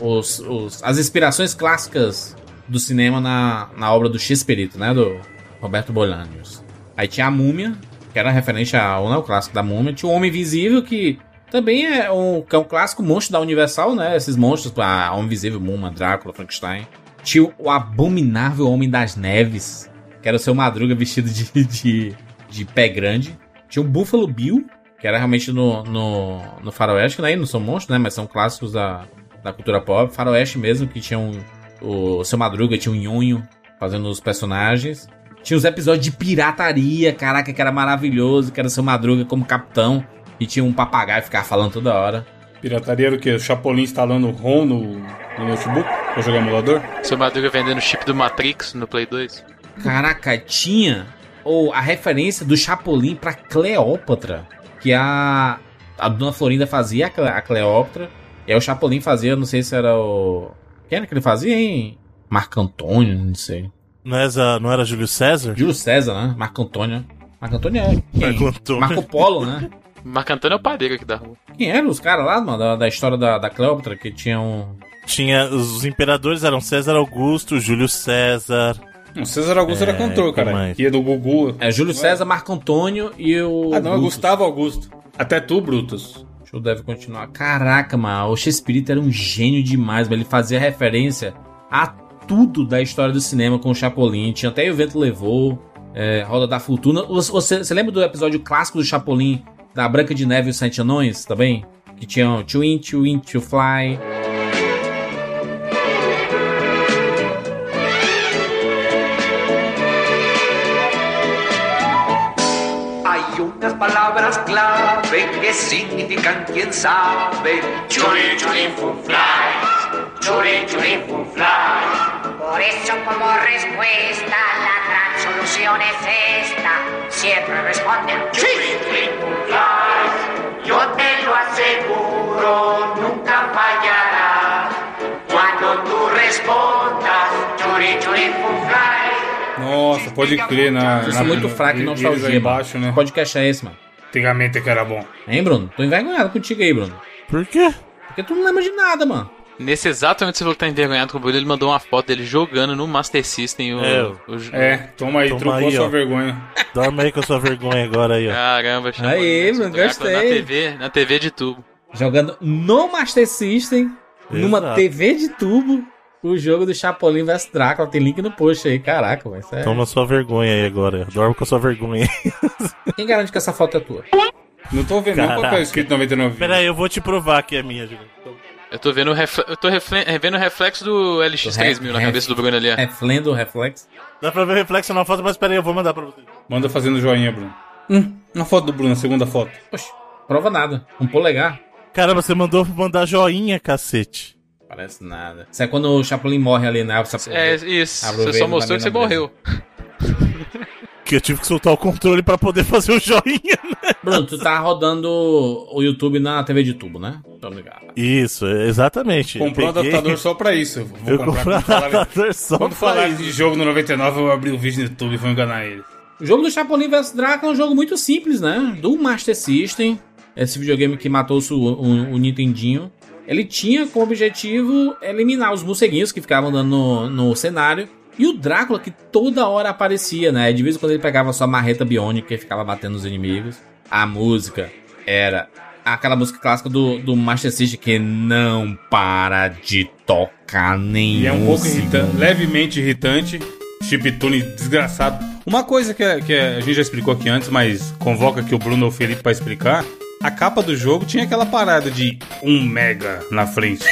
S1: Os, os- as inspirações clássicas do cinema na, na obra do X-Perito, né? Do Roberto Bolaños. Aí tinha a Múmia, que era referente ao né, o clássico da Múmia. Tinha o Homem Invisível, que também é um, que é um clássico monstro da Universal, né? Esses monstros, a Homem Invisível, Muma, Drácula, Frankenstein. Tinha o abominável Homem das Neves, que era o seu Madruga vestido de, de, de pé grande. Tinha o Buffalo Bill, que era realmente no, no, no faroeste, né? E não são monstros, né? Mas são clássicos da, da cultura pop. Faroeste mesmo, que tinha um, o Seu Madruga, tinha um Nhonho fazendo os personagens. Tinha os episódios de pirataria, caraca, que era maravilhoso, que era o Seu Madruga como capitão. E tinha um papagaio que ficava falando toda hora.
S3: Pirataria era o quê? O Chapolin instalando o ROM no, no notebook pra jogar emulador?
S2: Seu Madruga vendendo chip do Matrix no Play 2.
S1: Caraca, tinha ou a referência do Chapolin pra Cleópatra, que a a Dona Florinda fazia a Cle- a Cleópatra, e aí o Chapolin fazia, não sei se era o quem era que ele fazia, hein? Marco Antônio, não sei.
S4: Não era, não era Júlio César?
S1: Júlio César, né? Marco Antônio. Marco Antônio é quem?
S4: Marco Antônio.
S1: Marco Polo, né?
S2: Marcantano é o padeiro aqui da rua.
S1: Quem eram os caras lá, mano, da, da história da, da Cleópatra, que tinham...
S4: Tinha. Os imperadores eram César Augusto, Júlio César.
S3: O César Augusto
S4: É,
S3: era cantor, cara.
S4: mas-
S3: Que ia do Gugu.
S1: É Júlio
S3: Não
S1: César, Marco Antônio e o...
S3: Ah, não, é
S1: Brutus.
S3: Gustavo Augusto. Até tu, Brutus.
S1: O show deve continuar. Caraca, mano, o Chespirito era um gênio demais, mano. Ele fazia referência a tudo da história do cinema com o Chapolin. Tinha até o vento levou, é, Roda da Fortuna. Você, você- você lembra do episódio clássico do Chapolin, da Branca de Neve e os Sete Anões, também? Que tinham Tio In, Tio In, Tio Fly.
S12: Hay unas palabras clave que significan quién sabe. Churi, churi, fun, fly. Churi, churi, fun, fly. Por eso, como respuesta, la gran solución es esta. Siempre responde churi, churi, fun, fly. Yo te lo aseguro, nunca fallará. Cuando tú respondas, churi, churi, fun, fly.
S3: Nossa, pode crer na.
S1: Isso
S3: na
S1: é muito
S3: na-
S1: fraco e
S3: Ah, eles
S1: nostalgia,
S3: aí
S1: mano.
S3: embaixo, né?
S1: Podcast é esse, mano.
S3: Antigamente que era bom.
S1: Hein, Bruno? Tô envergonhado contigo aí, Bruno.
S4: Por quê?
S1: Porque tu não lembra de nada, mano.
S2: Nesse exato momento que você falou que tá envergonhado com o Bruno, ele mandou uma foto dele jogando no Master System o.
S4: É.
S2: o-
S3: É, toma aí,
S4: Toma
S3: trocou
S4: aí,
S3: sua
S4: ó.
S3: vergonha.
S4: Dorme aí com a sua vergonha agora aí, ó.
S2: Caramba, Chapolin,
S1: Aí,
S2: né?
S1: mano,
S2: Espetáculo Na
S1: gostei.
S2: TV, na TV de tubo.
S1: Jogando no Master System, numa
S4: Exato.
S1: TV de tubo, o jogo do Chapolin vs Drácula. Tem link no post aí, caraca, mas é...
S4: Toma sua vergonha aí agora. Dorme com a sua vergonha aí.
S1: Quem garante que essa foto é tua?
S3: Não tô vendo nenhum
S4: Caraca.
S3: papel escrito 99.
S4: Pera aí, eu vou te provar que é minha, Júlio.
S2: Eu tô vendo o, refle- eu tô refle- é, vendo o reflexo do LX3000 na
S1: Ref-
S2: cabeça do Bruno ali, ó.
S1: É Flendo Reflex?
S4: Dá pra ver o reflexo na foto, mas pera aí, eu vou mandar pra você.
S3: Manda fazendo joinha, Bruno. Hum, na foto do Bruno, a segunda foto.
S1: Poxa, prova nada. Um polegar?
S4: Caramba, você mandou mandar joinha, cacete.
S1: Parece nada. Isso é quando o Chapolin morre ali, né? Você-
S2: É isso,
S1: Aproveita
S2: você só
S1: também
S2: mostrou que você
S1: na
S2: morreu.
S4: Que eu tive que soltar o controle pra poder fazer o joinha.
S1: Bruno, tu tá rodando o YouTube na TV de tubo, né? Tô ligado.
S4: Isso, exatamente.
S3: Comprou um
S4: Peguei-
S3: adaptador só pra isso. Eu vou
S4: Eu
S3: comprar
S4: comprei um
S3: quando falar,
S4: adaptador só
S3: quando
S4: pra
S3: falar
S4: isso.
S3: de jogo no 99, eu vou abrir o vídeo no YouTube e vou enganar ele.
S1: O jogo do Chapolin vs Drácula é um jogo muito simples, né? Do Master System, esse videogame que matou o, o, o Nintendinho. Ele tinha como objetivo eliminar os morceguinhos que ficavam andando no, no cenário. E o Drácula que toda hora aparecia, né? De vez em quando ele pegava sua marreta biônica e ficava batendo nos inimigos. A música era aquela música clássica do, do Master System que não para de tocar nenhum
S3: E é um pouco
S1: segundo.
S3: irritante, levemente irritante. Chiptune desgraçado. Uma coisa que, é- que é- a gente já explicou aqui antes, mas convoca aqui o Bruno ou o Felipe pra explicar. A capa do jogo tinha aquela parada de 1 mega na frente.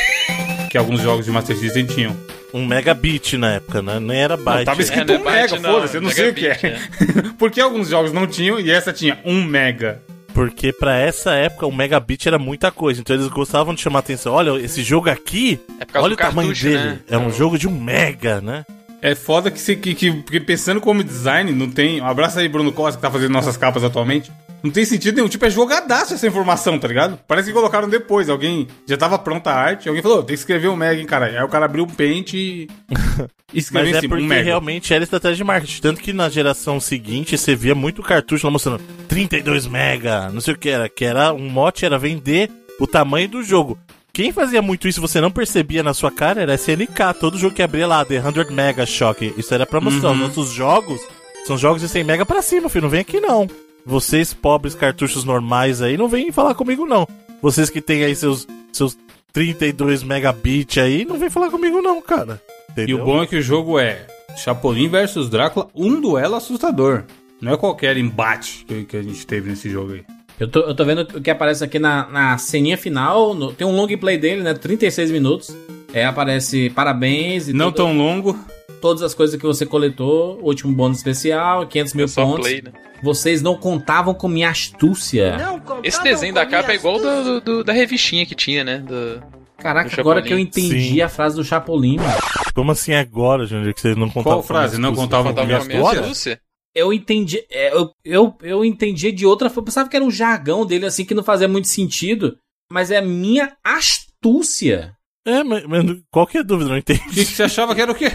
S3: Que alguns jogos de Master System tinham.
S4: Um megabit na época, né? Nem era byte.
S3: Não, tava escrito
S2: É,
S3: 1
S2: não é
S3: mega,
S2: byte, não,
S3: foda-se, eu não sei o que é.
S2: megabit,
S3: Porque alguns jogos não tinham e essa tinha 1 mega.
S4: Porque pra essa época o megabit era muita coisa. Então eles gostavam de chamar atenção. Olha, esse jogo aqui,
S2: É por causa
S4: olha o
S2: do cartucho,
S4: tamanho dele.
S2: né?
S4: É um jogo de um mega, né?
S3: É foda que, se, que, que porque pensando como design, não tem. Um abraço aí, Bruno Costa, que tá fazendo nossas capas atualmente. Não tem sentido nenhum. Tipo, é jogadaço essa informação, tá ligado? Parece que colocaram depois. Alguém já tava pronta a arte, alguém falou, "Ô, tem que escrever um Mega, hein, cara. Aí o cara abriu o Paint e. e
S4: Mas
S3: escreveu em
S4: é
S3: cima,
S4: porque
S3: um Mega.
S4: realmente era estratégia de marketing. Tanto que na geração seguinte você via muito cartucho lá mostrando 32 mega, não sei o que era. Que era um mote, era vender o tamanho do jogo. Quem fazia muito isso e você não percebia na sua cara era SNK. Todo jogo que abria lá, The 100 Mega Shock. Isso era pra mostrar.
S3: Uhum.
S4: Os nossos jogos são jogos de 100 mega pra cima, filho. Não vem aqui não. Vocês, pobres cartuchos normais aí, não vêm falar comigo não. Vocês que têm aí seus, seus 32 megabit aí, não vem falar comigo não, cara.
S3: E
S4: Entendeu?
S3: o bom é que o jogo é Chapolin versus Drácula, um duelo assustador. Não é qualquer embate que, que a gente teve nesse jogo aí.
S1: Eu tô, eu tô vendo o que aparece aqui na, na ceninha final. no- tem um long play dele, né? 36 minutos. É, aparece parabéns e
S3: Não
S1: toda-
S3: tão longo.
S1: todas as coisas que você coletou. Último bônus especial, 500 mil
S2: Só
S1: pontos.
S2: play, né?
S1: Vocês não contavam com minha astúcia.
S2: Esse desenho
S1: um
S2: da capa é igual do, do- do- da revistinha que tinha, né? Do-
S1: Caraca,
S2: Do
S1: agora
S2: Chapolin.
S1: que eu entendi
S4: Sim.
S1: a frase do Chapolin, mano.
S4: Como assim agora, Jandir, que vocês não contavam?
S3: Qual frase?
S4: com
S3: Não
S4: isso?
S3: contava com
S2: Contava
S3: minha
S2: com a minha
S3: história?
S2: astúcia.
S1: Eu entendi. é, Eu, eu, eu entendi de outra forma. Eu pensava que era um jargão dele, assim, que não fazia muito sentido. Mas é minha astúcia.
S4: É, mas, mas qual que é a dúvida? Não entendi.
S3: O que que você achava que era o quê?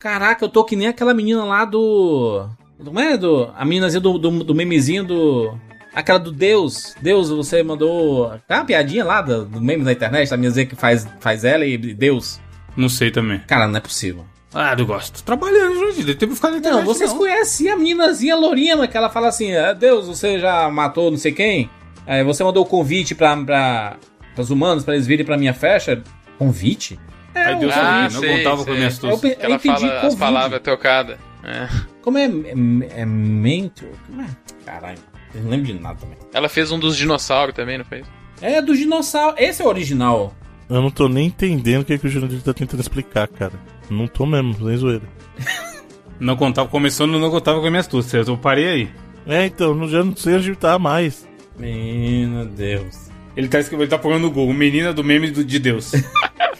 S1: Caraca, eu tô que nem aquela menina lá do. Como é? Do... A meninazinha do, do, do memezinho do. Aquela do Deus. Deus, você mandou. Tá uma piadinha lá do, do meme da internet, a meninazinha que faz, faz ela e Deus.
S3: Não sei também.
S1: Cara, não é possível.
S3: Ah, eu gosto. Trabalhando, Jurandir. Deve ter ficado na internet,
S1: Não, vocês conhecem a meninazinha Lorina, que ela fala assim: "Ah, Deus, você já matou não sei quem? É, você mandou o convite pra, pra, pros humanos pra eles virem pra minha festa? Convite? É,
S3: Aí Deus
S1: um
S2: Ah,
S3: ah, não
S2: sei,
S3: contava com
S2: sei.
S3: minhas
S1: Eu,
S3: tostas.
S1: pe- eu
S2: Ela
S1: entendi
S2: fala as
S1: convite.
S2: palavras trocadas. É.
S1: Como é, é, é mentor? Como é? Caralho, eu não lembro de nada também.
S2: Ela fez um dos dinossauros também, não fez?
S1: É do dinossauro. Esse é o original.
S4: Eu não tô nem entendendo o que, que o Jurandir tá tentando explicar, cara. Não tô mesmo, nem zoeira.
S3: Não contava, começou no não contava com minhas tostas. Eu parei aí.
S4: É, então, não, já não sei onde tá mais.
S1: Meu Deus.
S3: Ele tá, escrevendo- ele tá pegando no Google, menina do meme do- de Deus.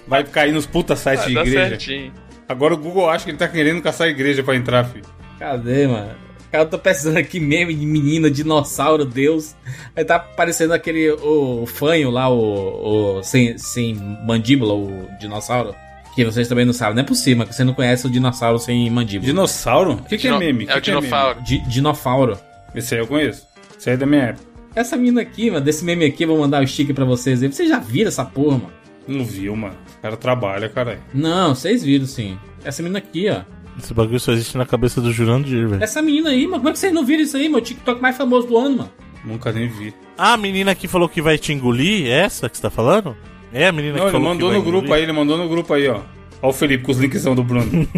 S3: Vai cair nos puta sites
S2: Ah,
S3: de
S2: dá
S3: igreja.
S2: certinho.
S3: Agora o Google acha que ele tá querendo caçar a igreja pra entrar, filho.
S1: Cadê, mano? Cara, eu tô pensando aqui meme de menina, dinossauro, Deus. Aí tá parecendo aquele o, fanho lá, o, o sem, sem mandíbula, o dinossauro. Que vocês também não sabem, não é possível, mas você não conhece o dinossauro sem mandíbula.
S3: Dinossauro? O que, que é
S2: Dino-
S3: meme? O que
S2: É o
S3: que meme?
S2: dinossauro.
S1: Di- dinofauro.
S3: Esse aí eu conheço. Esse aí é da minha época.
S1: Essa menina aqui, mano, desse meme aqui, eu vou mandar o sticker pra vocês aí. Vocês já viram essa porra, mano?
S3: Não viu, mano. O cara trabalha, caralho.
S1: Não, vocês viram sim. Essa menina aqui, ó.
S4: Esse bagulho só existe na cabeça do Jurandir, velho.
S1: Essa menina aí, mano, como é que vocês não viram isso aí, meu? O TikTok mais famoso do ano, mano.
S3: Nunca nem vi.
S4: Ah, a menina que falou que vai te engolir, é essa que você tá falando? É a menina
S3: Não,
S4: que
S3: ele
S4: falou
S3: mandou
S4: que
S3: no
S4: vai
S3: grupo aí,
S4: engolir?
S3: ele mandou no grupo aí, ó. Ó o Felipe com os links são do Bruno.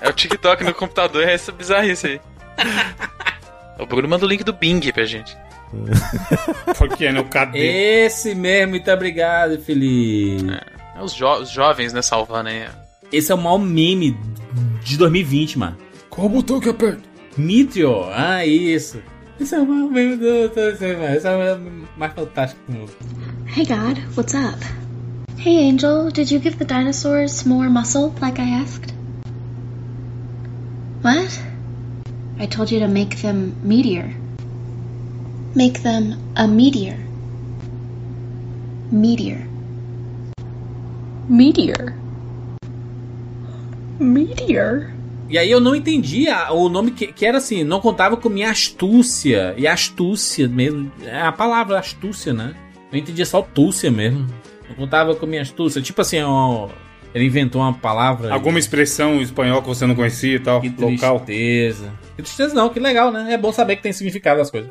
S2: É o TikTok no computador, é essa bizarrice aí. O Bruno manda o link do Bing pra gente.
S3: Porque é no cadê?
S1: Esse mesmo, muito obrigado, Felipe.
S2: É os, jo- os jovens, né, salvando aí.
S1: Esse é o maior meme de 2020, mano.
S3: Qual botão que aperto?
S1: Mitrio, ah, isso. Esse é o maior meme do. do- do- Esse é o maior meme mais fantástico do mundo.
S7: Hey God, what's up? Hey Angel, did you give the dinosaurs more muscle like I asked? What? I told you to make them meteor. Make them a meteor. Meteor. Meteor. Meteor?
S1: E aí eu não entendi a- o nome que, que era assim, não contava com minha astúcia. E astúcia mesmo, é a palavra astúcia, né? Eu entendia só astúcia mesmo. Não contava com minha astúcia. Tipo assim, ó, ele inventou uma palavra.
S3: Alguma expressão em espanhol que você não conhecia e tal,
S1: Que
S3: local.
S1: tristeza. Que tristeza não, que legal, né? É bom saber que tem significado as coisas.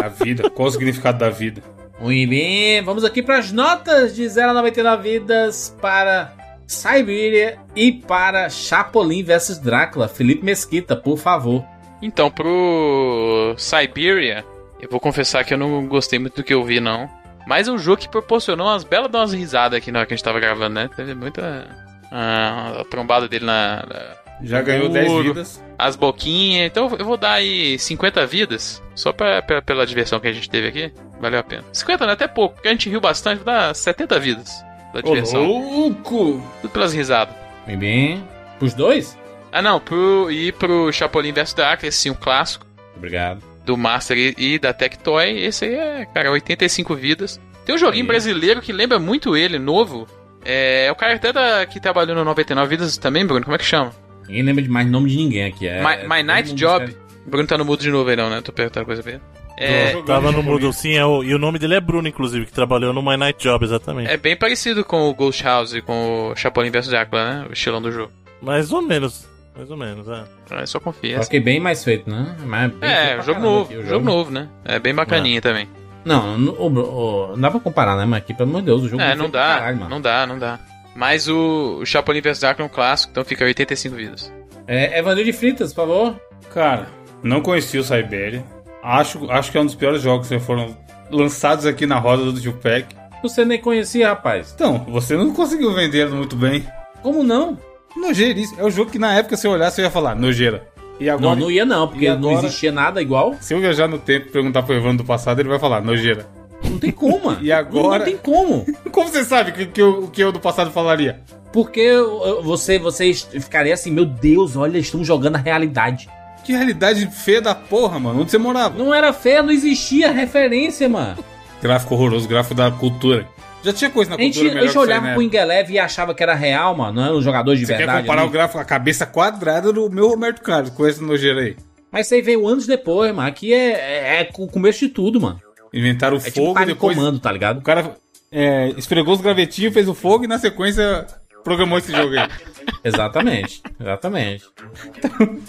S3: É, a vida. Qual o significado da vida?
S1: Muito bem, vamos aqui para as notas de 0 a 99 vidas para Siberia e para Chapolin versus Drácula. Felipe Mesquita, por favor.
S2: Então, pro Siberia, eu vou confessar que eu não gostei muito do que eu vi, não. Mas é um jogo que proporcionou umas belas de umas risadas aqui na hora que a gente tava gravando, né? Teve muita. ah, a trombada dele na. na-
S3: Já ganhou 10
S2: Ouro.
S3: vidas.
S2: as boquinhas. Então eu vou dar aí 50 vidas. Só pra, pra- pela diversão que a gente teve aqui. Valeu a pena. 50 não é até pouco, porque a gente riu bastante, vou dar 70 vidas. Da
S3: Ô,
S2: diversão.
S3: louco!
S2: Tudo pelas risadas.
S1: Muito bem. Os dois?
S2: Ah não, pro, e pro Chapolin vs Drácula, esse sim, um clássico.
S1: Obrigado.
S2: do Master e, e da Tectoy. Esse aí é, cara, 85 vidas. Tem um joguinho brasileiro que lembra muito ele, novo. É, é o cara até da, que trabalhou no 99 vidas também, Bruno. Como é que chama?
S1: Ninguém lembra de mais nome de ninguém aqui. É,
S2: My- My
S1: todo
S2: Night
S1: mundo
S2: Job.
S1: escreve-
S2: Bruno tá no mudo de novo aí, não, né? Tô perguntando coisa pra ele. É,
S3: Jogando
S4: Tava no
S3: Chapolin.
S4: Moodle, sim, é o- e o nome dele é Bruno, inclusive, que trabalhou no My Night Job, exatamente.
S2: é bem parecido com o Ghost House e com o Chapolin vs Drácula, né? O estilão do jogo.
S3: É.
S4: Mais ou menos, mais ou menos, é.
S2: É, só confia.
S1: Só que bem mais feito, né? Mas bem feito
S2: É,
S1: pra
S2: jogo
S1: caramba
S2: novo,
S1: aqui, o
S2: jogo, novo, né? É bem bacaninha também.
S1: Não, não, o- o- não dá pra comparar, né? Mas aqui, pelo amor de Deus, o jogo
S2: É,
S1: bem
S2: não
S1: feito pra
S2: dá,
S1: caralho, mano.
S2: não dá, não dá. Mas o, o Chapolin vs Drácula é um clássico, então fica 85 vidas.
S1: É, Evanil de Fritas, por favor.
S3: Cara, não conheci o Siberia. Acho, acho que é um dos piores jogos que foram lançados aqui na roda do Tupac.
S1: Você nem conhecia, rapaz.
S3: Então, você não conseguiu vender muito bem.
S1: Como não?
S3: Nojeiríssimo. É o jogo que na época, se eu olhar, você ia falar, nojeira. E agora,
S1: Não, não ia não, porque
S3: E
S1: não
S3: agora?
S1: existia nada igual.
S3: se eu viajar no tempo e perguntar pro Evandro do passado, ele vai falar, nojeira.
S1: Não tem como, mano.
S3: E agora?
S1: Não, tem como.
S3: Como você sabe que, que eu, o que eu do passado falaria?
S1: Porque eu- eu- você, você est- ficaria assim, meu Deus, olha, estamos jogando a realidade.
S3: Que realidade feia da porra, mano. Onde você morava?
S1: Não era fé, não existia referência, mano.
S3: Gráfico horroroso, gráfico da cultura. Já tinha coisa na
S1: A gente,
S3: cultura
S1: a
S3: melhor
S1: gente
S3: que isso aí,
S1: olhava
S3: né?
S1: pro Ingelev e achava que era real, mano. Não era um jogador de
S3: Você
S1: verdade.
S3: quer comparar
S1: né?
S3: o gráfico, a cabeça quadrada do meu Roberto Carlos com esse nojeira aí?
S1: Mas isso aí veio anos depois, mano. Aqui é, é, é o começo de tudo, mano.
S3: Inventaram o
S1: É tipo
S3: fogo
S1: cara
S3: e depois.
S1: comando, tá
S3: O
S1: ligado?
S3: cara é, esfregou os gravetinhos, fez o fogo e na sequência programou esse jogo aí.
S1: Exatamente, exatamente.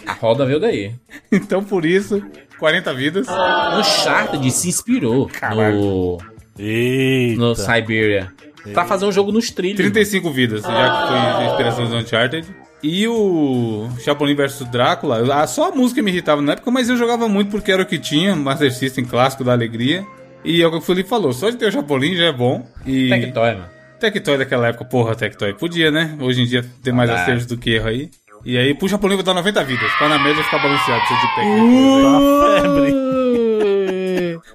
S1: A roda veio daí.
S3: Então por isso, 40 vidas.
S1: Uncharted se inspirou
S3: Caralho.
S4: Eita.
S1: no, no Siberia. Pra fazer um jogo nos trilhos.
S3: 35 vidas, já que foi a inspiração do Uncharted. E o Chapolin vs Drácula, a- só a música me irritava na época, mas eu jogava muito porque era o que tinha, Master System clássico da alegria. E é o que o Felipe falou, só de ter o Chapolin já é bom. E
S1: mano. Tectoy, mano.
S3: Tectoy daquela época, porra, Tectoy. Podia, né? Hoje em dia tem mais
S1: Ah.
S3: acertos do que erro aí. E aí, puxa Chapolin vai dar 90 vidas, tá na média ficar balanceado, seu de
S2: Uh!
S4: Tá
S3: É,
S4: febre.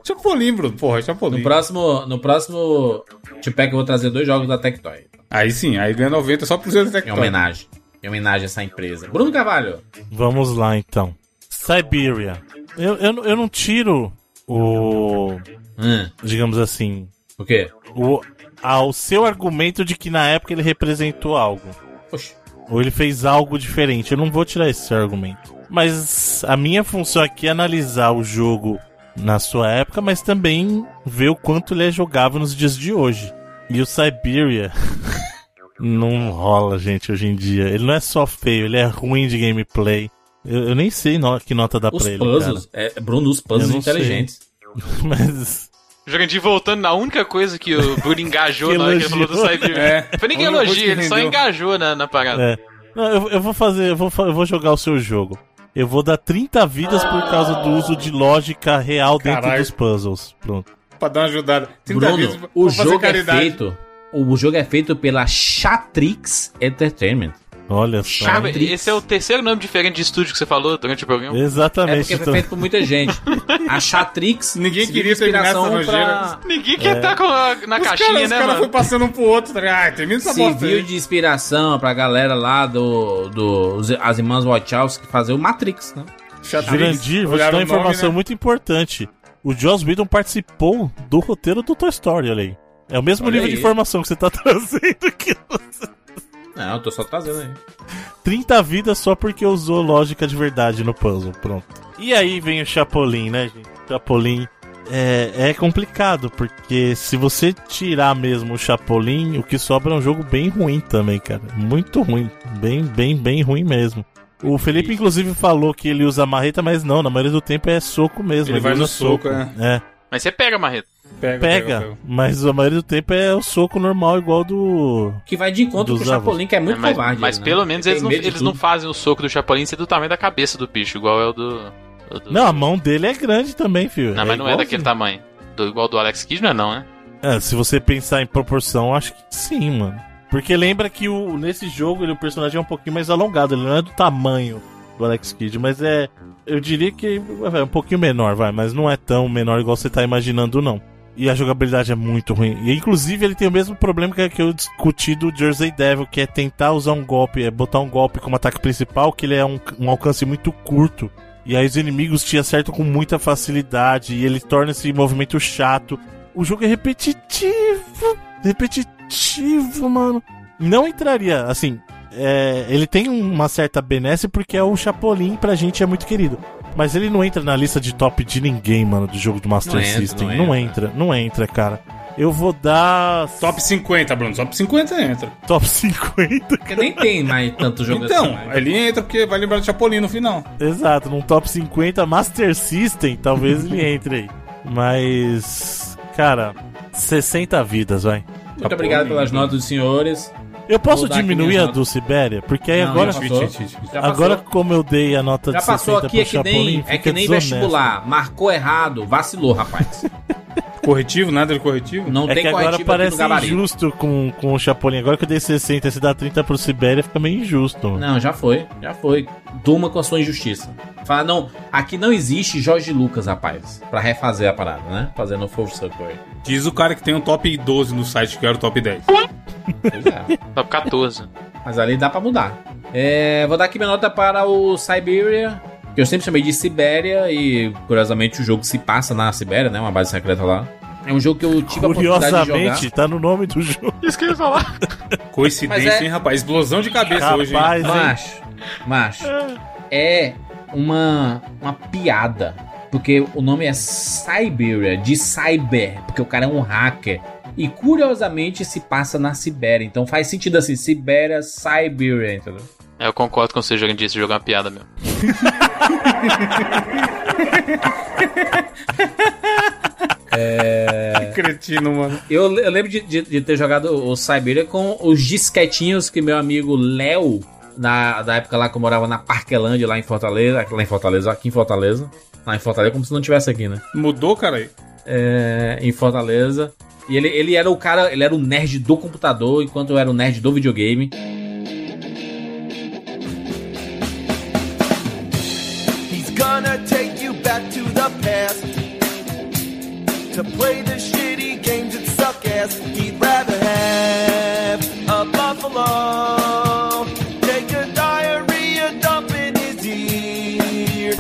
S3: Chapolin, Bruno, porra, Chapolin.
S1: No próximo, no próximo Tupac eu vou trazer dois jogos da Tectoy.
S3: Aí sim, aí ganha 90 só por ser do
S1: Em
S3: Tectoy.
S1: homenagem. Em homenagem a essa empresa. Bruno Carvalho.
S4: Vamos lá então. Siberia. Eu, eu, não- eu não tiro o.
S1: Hum,
S4: Digamos assim.
S1: o quê?
S4: O, ao seu argumento de que na época ele representou algo.
S1: Oxi.
S4: Ou ele fez algo diferente. Eu não vou tirar esse seu argumento. Mas a minha função aqui é analisar o jogo na sua época, mas também ver o quanto ele é jogável nos dias de hoje. E o Siberia. não rola, gente, hoje em dia. Ele não é só feio, ele é ruim de gameplay. Eu, eu nem sei no- que nota dá
S1: Os
S4: Tá pra ele. cara.
S1: puzzles. É, Bruno, os puzzles
S4: Eu não
S1: inteligentes.
S4: Mas.
S2: Jurandir voltando na única coisa que o Bruno engajou
S4: Que
S2: na hora que ele falou do
S4: elogiou.
S2: Siberia.
S3: É.
S2: Foi nem que
S3: Olha,
S2: elogio,
S3: hoje
S2: ele só
S3: rendeu.
S2: engajou na, na parada.
S4: É. Não, eu, eu vou fazer, eu vou, fa- eu vou jogar o seu jogo. Eu vou dar 30 vidas por causa do uso de lógica real dentro
S3: Caralho.
S4: dos puzzles. Pronto.
S3: Pra dar uma ajudada. 30 vezes
S1: Bruno,
S3: pra-
S1: o
S3: pra fazer
S1: jogo é
S3: caridade.
S1: feito. O jogo é feito pela Chatrix Entertainment.
S4: Tá Olha só.
S2: Ah,
S1: Chave- Matrix.
S2: esse é o terceiro nome diferente de estúdio que você falou durante o programa.
S1: É
S4: Exatamente.
S1: porque foi
S4: então.
S1: feito por muita gente. A Chatrix.
S3: Ninguém
S1: serviu
S3: queria
S1: de
S3: terminar essa
S1: pra,
S2: Ninguém quer tá com a- na
S3: Os
S2: caixinha,
S3: caras os
S2: né,
S3: caras
S2: mano?
S3: foi passando um pro outro, tá ligado? Ah, termina essa bosta
S1: Serviu
S3: aí.
S1: de inspiração pra galera lá do. do os- as irmãs Wachowski que fazer o Matrix, né?
S4: Jurandir, vou te dar
S3: Olharam o nome,
S4: uma informação
S3: né?
S4: muito importante. O Joss Whedon participou do roteiro do Toy Story, olha aí. É o mesmo
S1: Olha
S4: nível de
S1: aí.
S4: informação que você tá trazendo que
S1: Não, eu tô só trazendo aí.
S4: 30 vidas só porque usou lógica de verdade no puzzle, pronto. E aí vem o Chapolin, né, gente? Chapolin é, é complicado, porque se você tirar mesmo o Chapolin, o que sobra é um jogo bem ruim também, cara. Muito ruim. Bem, bem, bem ruim mesmo. O Felipe, inclusive, falou que ele usa marreta, mas não, na maioria do tempo é soco mesmo.
S3: Ele vai
S4: usa
S3: no soco, né?
S4: É,
S8: Mas você pega, Marreta.
S3: Pega,
S4: pega,
S3: pega.
S4: mas a maioria do tempo é o soco normal, igual do.
S1: Que vai de encontro
S4: Dos
S1: com o Chapolin, que é muito
S8: É, mas
S1: covarde.
S8: mas
S1: né?
S8: pelo menos
S1: Ele
S8: eles,
S1: tem
S8: não,
S1: medo de
S8: eles não
S1: tudo.
S8: fazem o soco do Chapolin ser do tamanho da cabeça do bicho, igual é o do. o do-
S4: Não, a mão dele é grande também, filho.
S8: Não, mas não é
S4: igualzinho.
S8: daquele tamanho. Do, igual do Alex Kidd, não é não, né?
S4: Ah, se você pensar em proporção, acho que sim, mano. Porque lembra que o, nesse jogo ele, o personagem é um pouquinho mais alongado, ele não é do tamanho do Alex Kidd, mas é. Eu diria que é um pouquinho menor, vai, mas não é tão menor igual você tá imaginando, não. E a jogabilidade é muito ruim. E inclusive ele tem o mesmo problema que, que eu discuti do Jersey Devil, que é tentar usar um golpe, é botar um golpe como ataque principal, que ele é um, um alcance muito curto. E aí os inimigos te acertam com muita facilidade e ele torna esse movimento chato. O jogo é repetitivo. Repetitivo, mano. Não entraria, assim. é, ele tem uma certa benesse porque é o Chapolin pra gente é muito querido. Mas ele não entra na lista de top de ninguém, mano, do jogo do Master
S1: Não entra,
S4: System.
S1: não
S4: Não entra, não entra, cara. Eu vou dar
S3: Top 50, Bruno. Top 50 entra.
S4: top 50.
S1: Porque nem tem mais tanto
S8: é
S1: jogo assim.
S3: Então,
S8: né?
S1: mais.
S3: ele entra porque vai lembrar do Chapolin no final.
S4: Exato, num top 50 Master System, talvez ele entre aí. Mas, cara, 60 vidas, vai.
S3: tá
S1: Muito obrigado pelas
S3: né?
S1: notas dos senhores.
S4: Eu posso
S1: Vou dar aqui
S4: diminuir
S1: minhas
S4: a
S1: notas.
S4: do Sibéria? Porque aí
S1: Não,
S4: agora,
S1: já
S3: Tchit,
S1: passou.
S3: tchit, tchit.
S1: É, Já
S4: agora
S1: passou.
S4: como eu dei a nota
S1: Já
S4: de
S1: passou
S4: 60
S1: aqui, é
S4: pro
S1: que
S4: Chapolin,
S1: nem, é
S4: fica
S1: que nem
S4: desonesto.
S1: vestibular. Marcou errado, vacilou, rapaz.
S3: Corretivo? Nada de corretivo?
S1: Não
S4: É
S1: tem
S4: que agora
S1: corretivo aqui no
S4: parece
S1: gabarito.
S4: injusto com, com o Chapolin. Agora que eu dei 60 e se dá 30 pro Sibéria, fica meio injusto. mano.
S1: Não, já foi, já foi. Duma com a sua injustiça. Fala, não, aqui não existe Jorge Lucas, rapaz, pra refazer a parada, né? Fazendo o full circle aí.
S3: Diz o cara que tem um top 12 no site, que era o top 10.
S1: Pois é.
S8: Top 14.
S1: Mas ali dá pra mudar. É, vou dar aqui minha nota para o Siberia, que eu sempre chamei de Sibéria, e curiosamente o jogo se passa na Sibéria, né? Uma base secreta lá. É um jogo que eu tive a oportunidade de jogar.
S4: Curiosamente, tá no nome do jogo.
S8: Isso que eu ia falar.
S3: Coincidência,
S1: Mas é-
S3: hein, rapaz? Explosão de cabeça hoje, hein?
S4: Rapaz, hein?
S1: Macho, macho. É uma, uma piada. Porque o nome é Siberia, de Cyber, porque o cara é um hacker. E curiosamente se passa na Sibéria. Então faz sentido assim, Sibéria, Siberia, entendeu?
S8: É, eu concordo com você, Jurandir, esse jogo é uma piada mesmo.
S3: Que cretino, mano.
S1: Eu, eu lembro de, de- de ter jogado o Siberia com os disquetinhos que meu amigo Léo, na da época lá que eu morava na Parquelândia, lá em Fortaleza, lá em Fortaleza, aqui em Fortaleza. Lá em Fortaleza, como se não tivesse aqui, né?
S3: Mudou, cara?
S1: é, em Fortaleza. E ele, ele era o cara, ele era o nerd do computador, enquanto eu era o nerd do videogame.
S6: He's gonna take you back to the past to play the shitty games that suck ass. He'd rather have a buffalo, take a diarrhea dump in his ear.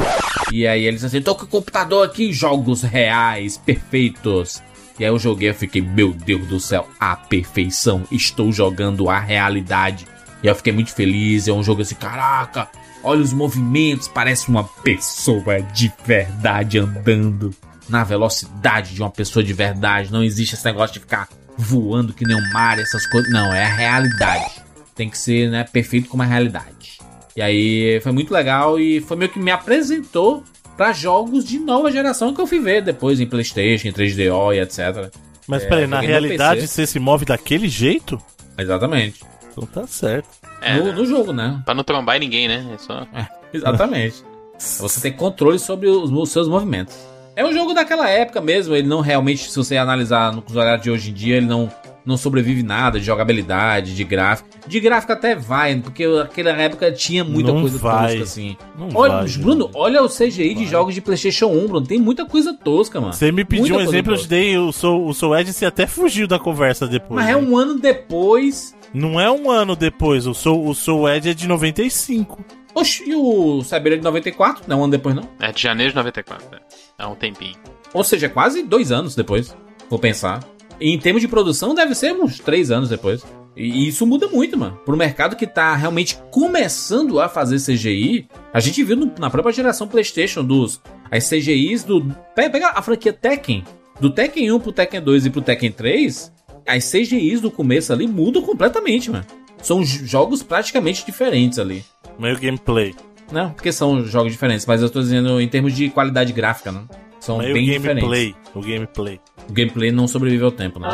S1: E aí eles assim, tô com o computador aqui, jogos reais, perfeitos. E aí eu joguei, eu fiquei, meu Deus do céu, a perfeição, estou jogando a realidade. E aí eu fiquei muito feliz, é um jogo assim, caraca, olha os movimentos, parece uma pessoa de verdade andando. Na velocidade de uma pessoa de verdade, não existe esse negócio de ficar voando que nem um mar, essas coisas. Não, é a realidade. Tem que ser, né, perfeito como a realidade. E aí foi muito legal e foi meio que me apresentou pra jogos de nova geração que eu fui ver depois em PlayStation, em 3DO e etc.
S4: Mas peraí, na
S1: é, joguei no
S4: realidade
S1: PC.
S4: você se move daquele jeito?
S1: Exatamente.
S4: Então tá certo.
S8: É,
S1: no, no jogo, né?
S8: pra não trombar em ninguém, né? É só...
S1: Exatamente. você tem controle sobre os, os seus movimentos. É um jogo daquela época mesmo, ele não realmente, se você analisar no com os olhares de hoje em dia, ele não, não sobrevive nada de jogabilidade, de gráfico. De gráfico até vai, porque naquela época tinha muita
S4: Não
S1: coisa
S4: vai.
S1: tosca, assim.
S4: Não
S1: Olha,
S4: vai,
S1: Bruno,
S4: gente.
S1: olha o CGI de jogos de PlayStation 1, Bruno. Tem muita coisa tosca, mano.
S4: Você me pediu
S1: Muita
S4: um
S1: coisa
S4: exemplo, eu
S1: boa.
S4: te dei o Sou, o Sou Ed, você até fugiu da conversa depois.
S1: Mas é
S4: né?
S1: um ano depois.
S4: Não é um ano depois, o Sou, o Sou Ed é de 95.
S1: Oxi, e o Cyberpunk de 94? Não, um ano depois não.
S8: É de janeiro de 94, né? É um tempinho.
S1: Ou seja, quase dois anos depois. Vou pensar. E em termos de produção, deve ser uns três anos depois. E e isso muda muito, mano. Pro mercado que tá realmente começando a fazer CGI, a gente viu no- na própria geração PlayStation dos as CGIs do. pe- Pega a franquia Tekken. Do Tekken 1 pro Tekken 2 e pro Tekken 3, as CGIs do começo ali mudam completamente, mano. São j- jogos praticamente diferentes ali.
S4: Meio gameplay.
S1: Não, né? porque são jogos diferentes, mas eu tô dizendo em termos de qualidade gráfica, né? São
S4: Meio
S1: bem diferentes.
S4: gameplay. O gameplay.
S1: O gameplay não sobrevive ao tempo, né?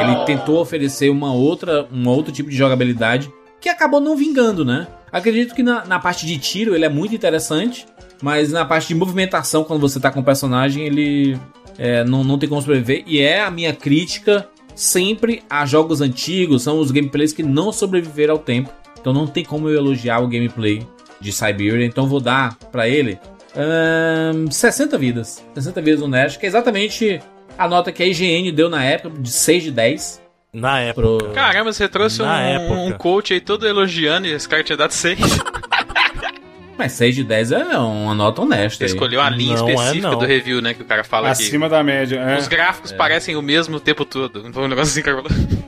S1: Ele tentou oferecer uma outra, um outro tipo de jogabilidade que acabou não vingando, né? Acredito que na, na parte de tiro ele é muito interessante, mas na parte de movimentação, quando você tá com o personagem, ele é, não, não tem como sobreviver. E é a minha crítica sempre a jogos antigos, são os gameplays que não sobreviveram ao tempo. Então não tem como eu elogiar o gameplay de Siberia, então vou dar pra ele ahn, 60 vidas. 60 vidas honestas, que é exatamente a nota que a IGN deu na época, de 6 de 10.
S4: Na época.
S1: Pro...
S8: Caramba, você trouxe um,
S4: Na época.
S8: um coach aí todo elogiando e esse cara tinha dado 6.
S1: Mas 6 de 10 é uma nota honesta.
S8: Você
S1: aí.
S8: escolheu a linha
S4: Não é,
S8: específica
S4: não.
S8: do review, né? Que o cara fala aqui.
S3: Acima da média. é.
S8: Os gráficos parecem o mesmo o tempo todo. Foi um negócio assim que eu falei.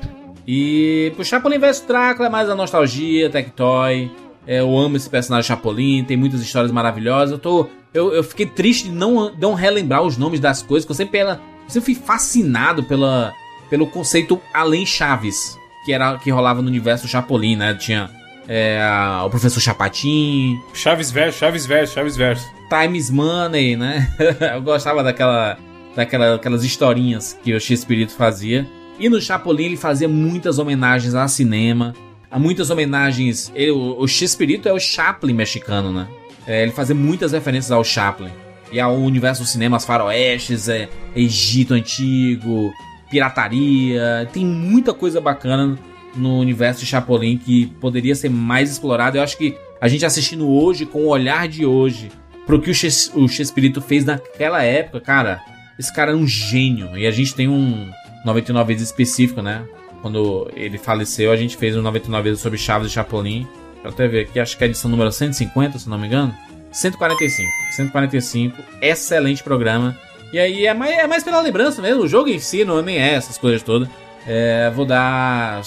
S1: E pro Chapolin vs Drácula é mais a nostalgia, Tectoy. É, eu amo esse personagem Chapolin, tem muitas histórias maravilhosas. Eu, tô, eu, eu fiquei triste de não, não relembrar os nomes das coisas, que eu sempre, era, eu sempre fui fascinado pela, pelo conceito Além Chaves, que, era, que rolava no universo Chapolin, né? Tinha é, a- o professor Chapatin,
S3: Chaves verso, Chaves verso, Chaves verso.
S1: Times Money, né? eu gostava daquela, daquela, daquelas historinhas que o X-Espírito fazia. E no Chapolin ele fazia muitas homenagens a cinema, há muitas homenagens. ele- o o X-Espírito é o Chaplin mexicano, né? É, ele fazia muitas referências ao Chaplin. E ao universo do cinema, as faroestes, é, Egito Antigo, pirataria. Tem muita coisa bacana no universo de Chapolin que poderia ser mais explorado. Eu acho que a gente assistindo hoje, com o olhar de hoje, pro que o Ches- o Chespirito fez naquela época, cara, esse cara é um gênio. E a gente tem um 99 vezes específico, né? Quando ele faleceu, a gente fez um 99 vezes sobre Chaves e Chapolin. Deixa eu até ver aqui, acho que é a edição número 150, se não me engano. 145. 145. Excelente programa. E aí é mais, é mais pela lembrança mesmo. O jogo em si não é nem é essas coisas todas. É, vou dar.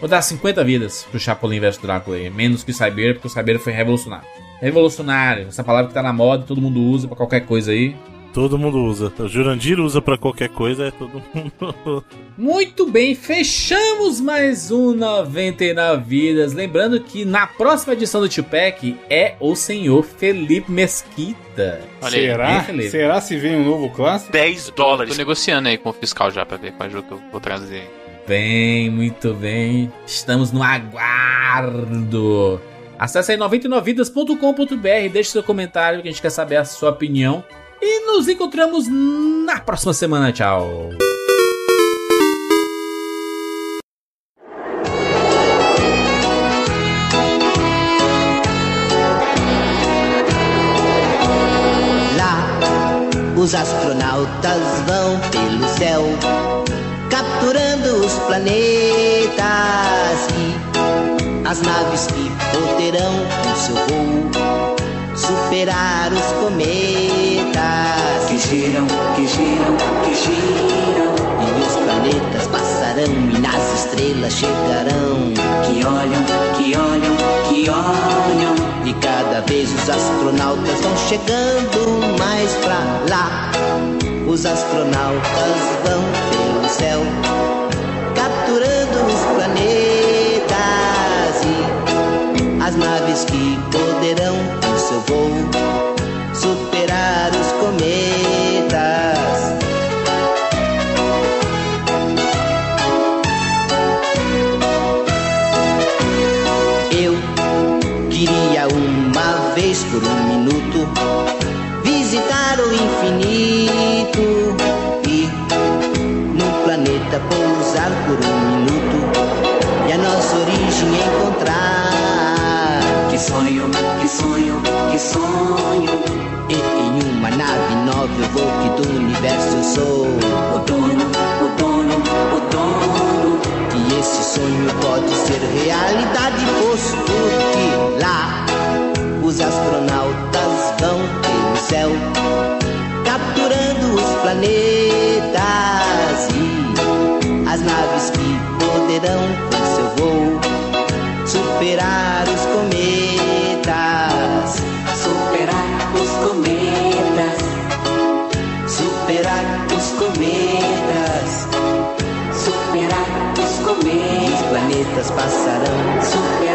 S1: Vou dar 50 vidas pro Chapolin vs Drácula aí. Menos que o Cyber, porque o Cyber foi revolucionário. Revolucionário, essa palavra que tá na moda, todo mundo usa pra qualquer coisa aí.
S4: Todo mundo usa. O Jurandir usa pra qualquer coisa, é todo mundo.
S1: Muito bem, fechamos mais um 99 Vidas. Lembrando que na próxima edição do Tio Pack é o senhor Felipe Mesquita.
S8: Olha aí.
S3: Será?
S1: Esse livro.
S3: Será se vem um novo clássico?
S13: 10
S8: Tô
S13: dólares.
S8: negociando aí com o fiscal já pra ver qual jogo que eu vou trazer.
S1: Bem, muito bem. Estamos no aguardo. Acesse aí 99vidas.com.br, deixe seu comentário que a gente quer saber a sua opinião. E nos encontramos na próxima semana. Tchau.
S12: Lá, os astronautas vão pelo céu, capturando os planetas e as naves que poderão em seu voo superar os cometas que giram, que giram, que giram e os planetas passarão e nas estrelas chegarão que olham, que olham, que olham e cada vez os astronautas vão chegando mais pra lá. Os astronautas vão pelo céu, capturando os planetas e as naves que poderão em seu voo superar os cometas. Eu queria uma vez por um minuto visitar o infinito e num planeta pousar por um minuto e a nossa origem encontrar. Que sonho, que sonho, que sonho. E em uma nave nova eu vou que do universo eu sou o dono, o dono, o dono. E esse sonho pode ser realidade posto tudo verão se eu vou superar os cometas. Superar os cometas. Superar os cometas. Superar os cometas. Os planetas passarão. Superar